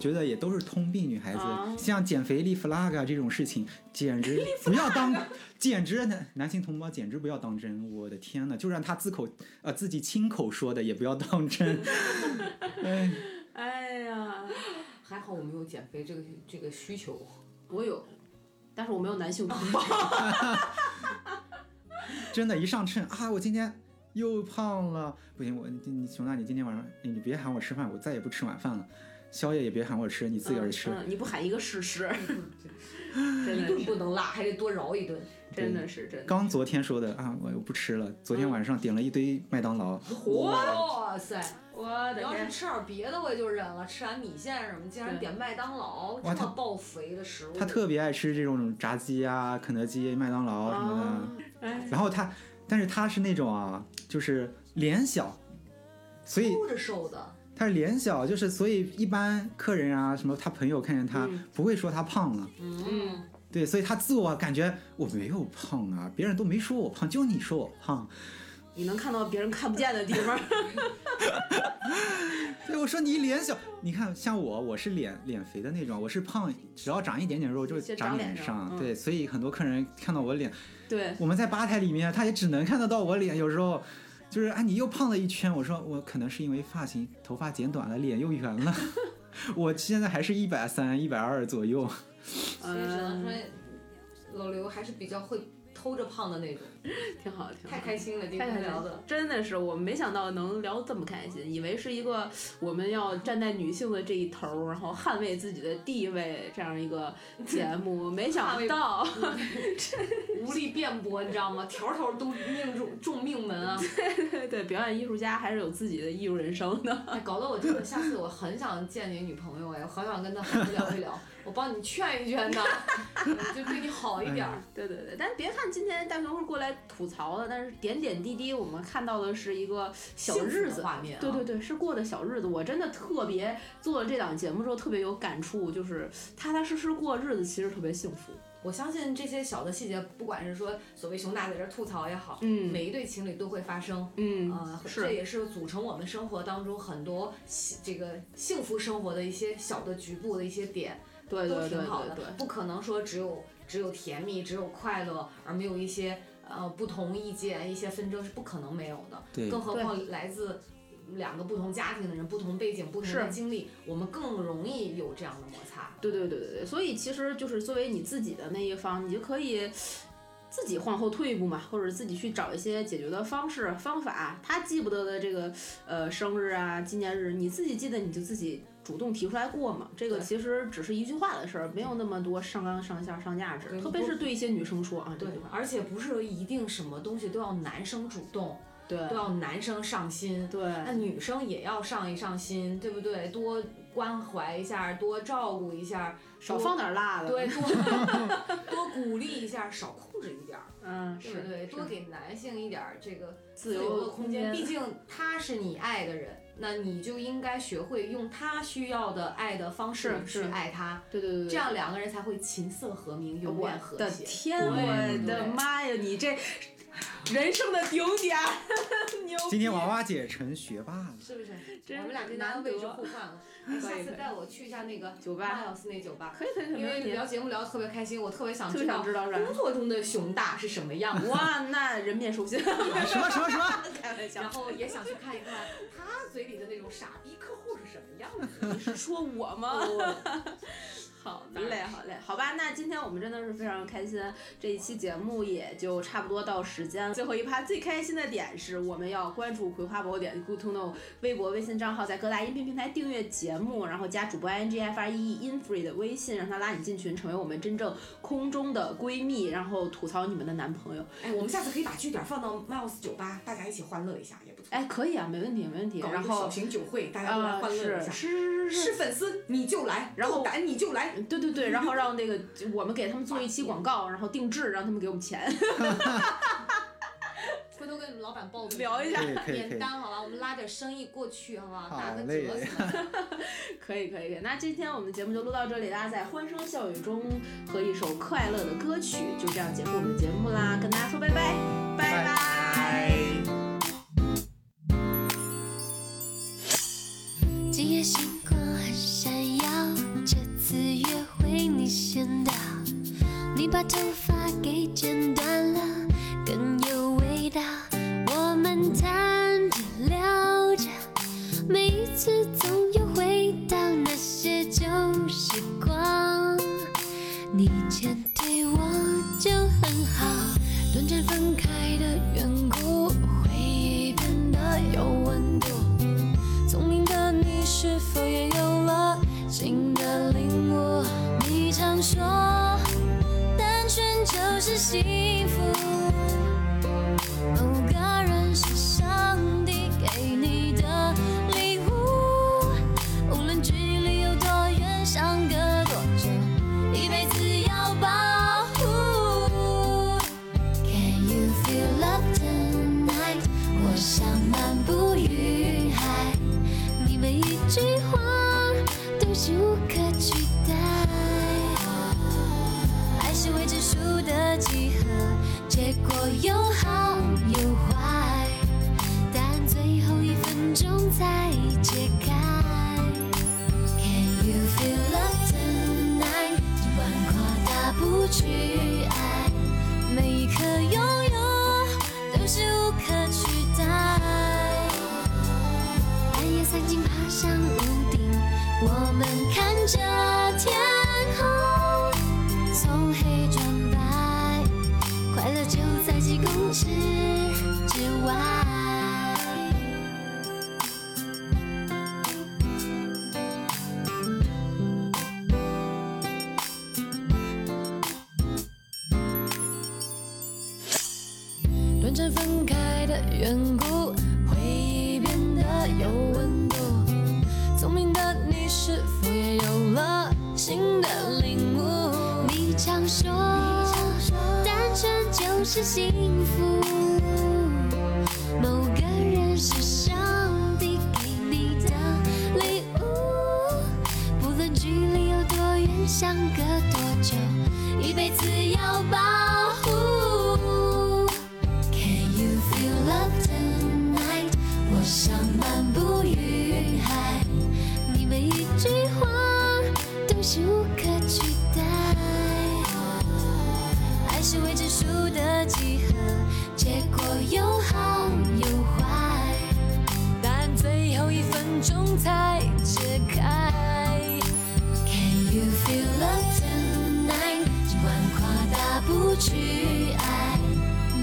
F: 觉得也都是通病，女孩子、
E: 啊
F: 像减肥立 flag 啊这种事情，简直不要当，简直男男性同胞简直不要当真。我的天呐，就让他自口呃自己亲口说的也不要当
E: (laughs)
F: 真。哎，
E: 哎呀，
B: 还好我没有减肥这个这个需求。
E: 我有，但是我没有男性同胞。
F: 真的，一上秤啊，我今天又胖了，不行，我你你熊大，你今天晚上哎你你别喊我吃饭，我再也不吃晚饭了，宵夜也别喊我吃， (laughs) 你自个儿吃。
E: 嗯，嗯你不喊一个事实， (laughs) 真
B: 一
E: 的
B: 顿
E: 是，
B: 不能落，还得多饶一顿。
E: 真的是，真的。
F: 刚昨天说的啊，我又不吃了，昨天晚上点了一堆麦当劳，
B: 哇塞，
E: 我
B: 你
E: 的
B: 要是
E: 天，
B: 吃点别的，我也就忍了。吃完米线什么，竟然
E: 对
B: 点麦当劳这
F: 哇他
B: 么爆肥的食物，
F: 他特别爱吃这种炸鸡啊、肯德基、麦当劳什么的。
E: 啊，哎，
F: 然后他，但是他是那种啊，就是脸小，所以
B: 哭着瘦的。
F: 他是脸小，就是所以一般客人啊什么他朋友看见他、
E: 嗯
F: 不会说他胖了，
B: 嗯，
F: 对，所以他自我感觉我没有胖啊，别人都没说我胖，就你说我胖。
E: 你能看到别人看不见的地方， (laughs)
F: 对，我说你脸小，你看像我，我是脸脸肥的那种，我是胖，只要长一点点肉就
E: 就
F: 长
E: 长
F: 脸
E: 脸上嗯
F: 对，所以很多客人看到我脸，
E: 对，
F: (laughs) 我们在吧台里面，他也只能看得到我脸，有时候。就是啊，你又胖了一圈。我说我可能是因为发型，头发剪短了，脸又圆了。 (laughs) 我现在还是一百三、一百二左右。
B: 所以只能
E: 嗯，
B: 说老刘还是比较会偷着胖的那种，
E: 挺好，挺好
B: 太。开心了，今
E: 太开
B: 天
E: 心
B: 聊的
E: 了。，真的是我没想到能聊这么开心，以为是一个我们要站在女性的这一头儿，然后捍卫自己的地位这样一个节目，没想到，
B: 无力辩驳，你知道吗？条条都命中中命门啊！
E: (laughs) 对对，表演艺术家还是有自己的艺术人生 (laughs) 的。
B: 哎，搞得我真的，下次我很想见你女朋友哎，我好想跟她好好聊一
E: (laughs)
B: 聊，我帮你劝一劝她，
E: 哎
B: 就对你好一点儿。
E: 对对对，但是别看今天大熊是过来吐槽的，但是点点滴滴我们看到的是一个小
B: 幸福的
E: 日子，
B: 画面、啊，
E: 对对对，是过的小日子。我真的特别做了这档节目之后特别有感触，就是踏踏实实过日子，其实特别幸福。
B: 我相信这些小的细节，不管是说所谓熊大在这儿吐槽也好，
E: 嗯
B: 每一对情侣都会发生。
E: 嗯，
B: 啊、这
E: 是
B: 也是组成我们生活当中很多幸这个幸福生活的一些小的局部的一些点，
E: 对对
B: 都
E: 对对
B: 挺好的。
E: 对。
B: 不可能说只有只有甜蜜，只有快乐，而没有一些呃不同意见、一些纷争是不可能没有的。
F: 对
B: 更何况来自两个不同家庭的人、不同背景、不同的
E: 是
B: 经历，我们更容易有这样的摩擦。
E: 对对对对对，所以其实就是作为你自己的那一方，你就可以自己往后退一步嘛，或者自己去找一些解决的方式方法。他记不得的这个呃生日啊、纪念日，你自己记得你就自己主动提出来过嘛。这个
B: 对
E: 其实只是一句话的事儿，没有那么多上纲上线儿上价值
B: 对，
E: 特别
B: 不
E: 是对一些女生说啊这
B: 对
E: 句话。，
B: 而且不是一定什么东西都要男生主动，
E: 对
B: 都要男生上心。
E: 对
B: 那女生也要上一上心，对不对？多关怀一下，多照顾一下，
E: 少
B: 多
E: 放点儿辣的。 (laughs)
B: 对，，多多鼓励一下，少控制一点儿，
E: 嗯，
B: 对
E: 是
B: 不对？
E: 是
B: 多给男性一点儿这个
E: 自
B: 由
E: 由
B: 的空间，毕竟他是你爱的人，那你就应该学会用他需要的爱的方式
E: 是
B: 去
E: 是
B: 爱他，
E: 对对对对，
B: 这样两个人才会琴瑟和鸣，永
E: 我
B: 远和
E: 的
B: 谐。
E: 天，我的妈呀！你这人生的顶点，牛逼！
F: 今天娃娃姐成学霸了，
B: 是不是？
E: 真
B: 我们俩今天
E: 难得
B: 位置互换了，哎 (laughs) 下次带我去一下那个
E: 酒吧
B: Miles 那酒嗯吧，
E: 可以可以，可以
B: 因
E: 没
B: 为
E: 问
B: 聊
E: 题。
B: 节目聊得特别开心，我特别想
E: 特别
B: 知
E: 想
B: 道
E: 知道是
B: 工
E: 吧？
B: 作中的熊大是什么样子。
E: 哇，那人面兽心，
F: 什么什么什么？
E: (laughs) 开玩
B: (laughs) 然
E: 笑。
B: 后也想去看一看他嘴里的那种傻逼客户是什么样子。 (laughs)
E: 你是说我吗？哦 (laughs) 好嘞，好嘞，好吧，那今天我们真的是非常开心，这一期节目也就差不多到时间。最后一趴最开心的点是，我们要关注《葵花宝典》Good to Know 微博、微信账号，在各大音频平台订阅节目，然后加主播 i n g f r e e infree 的微信，让他拉你进群，成为我们真正空中的闺蜜，然后吐槽你们的男朋友。
B: 哎，我们下次可以把据点放到 Miles 酒吧，大家一起欢乐一下也不错。
E: 哎，，可以啊，没问题，没问题。
B: 搞
E: 然
B: 一个小
E: 后
B: 型酒会，大家都来
E: 啊，
B: 欢乐
E: 是
B: 一下。
E: 是是是是
B: 是粉丝你就来，
E: 然后
B: 够胆你就来。
E: 对对对，然后让那个就我们给他们做一期广告，然后定制，让他们给我们钱， (laughs)
B: 回头跟你们老板报备
E: 聊一下
F: 可以可以可
B: 免
F: 以。
B: 单好吧，我们拉点生意过去好吧，
F: 好
B: 打个
F: 嘞
B: 折什么的。
E: 可以可以可以。那今天我们的节目就录到这里啦，在欢声笑语中和一首快乐的歌曲，就这样结束我们的节目啦，跟大家说拜拜，拜拜
D: 今夜星光很闪耀，这次约会你先到。你把头发给剪短了，更有味道。我们谈着聊着，每一次总又回到那些旧时光。你前对我就很好，短暂分开的缘故，回忆变得有温度。聪明的你是否也有了新的领悟？你常说，单纯缘故，回忆变得有温度。聪明的你是否也有了新的领悟？你常说，单身就是幸福。某个人是上帝给你的礼物，不论距离有多远，相隔多久，一辈子要保护。Can you feel love tonight？我想漫步云海，你每一句话都是无可取代。爱是未知数的几何，结果有好有坏，答案最后一分钟才揭开。Can you feel love tonight？尽管夸大不去爱，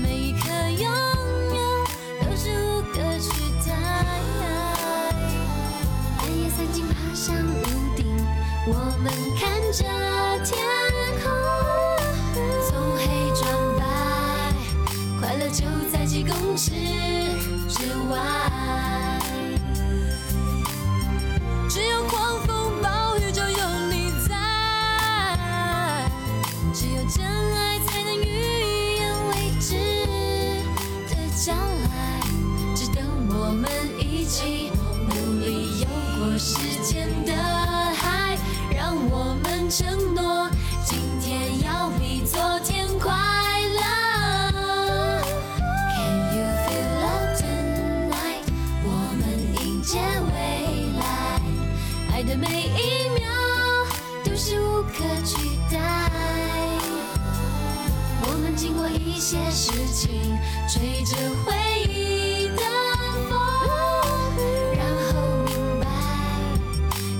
D: 每一刻拥有都是无可取代。半夜三更爬上屋顶，我们看着天空，从黑转白，快乐就在几公尺之外。只有狂风暴雨就有你在，只有真爱才能预言未知的将来。只等我们一起努力游过时间的海，让我们承诺，今天要比昨天快乐。Can you feel love tonight？我们迎接未来，爱的每一秒都是无可取代。我们经过一些事情，吹着回忆的风，然后明白，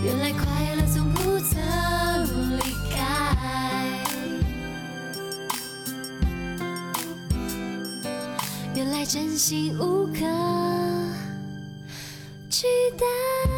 D: 原来快乐从不曾离开。原来真心无可取代。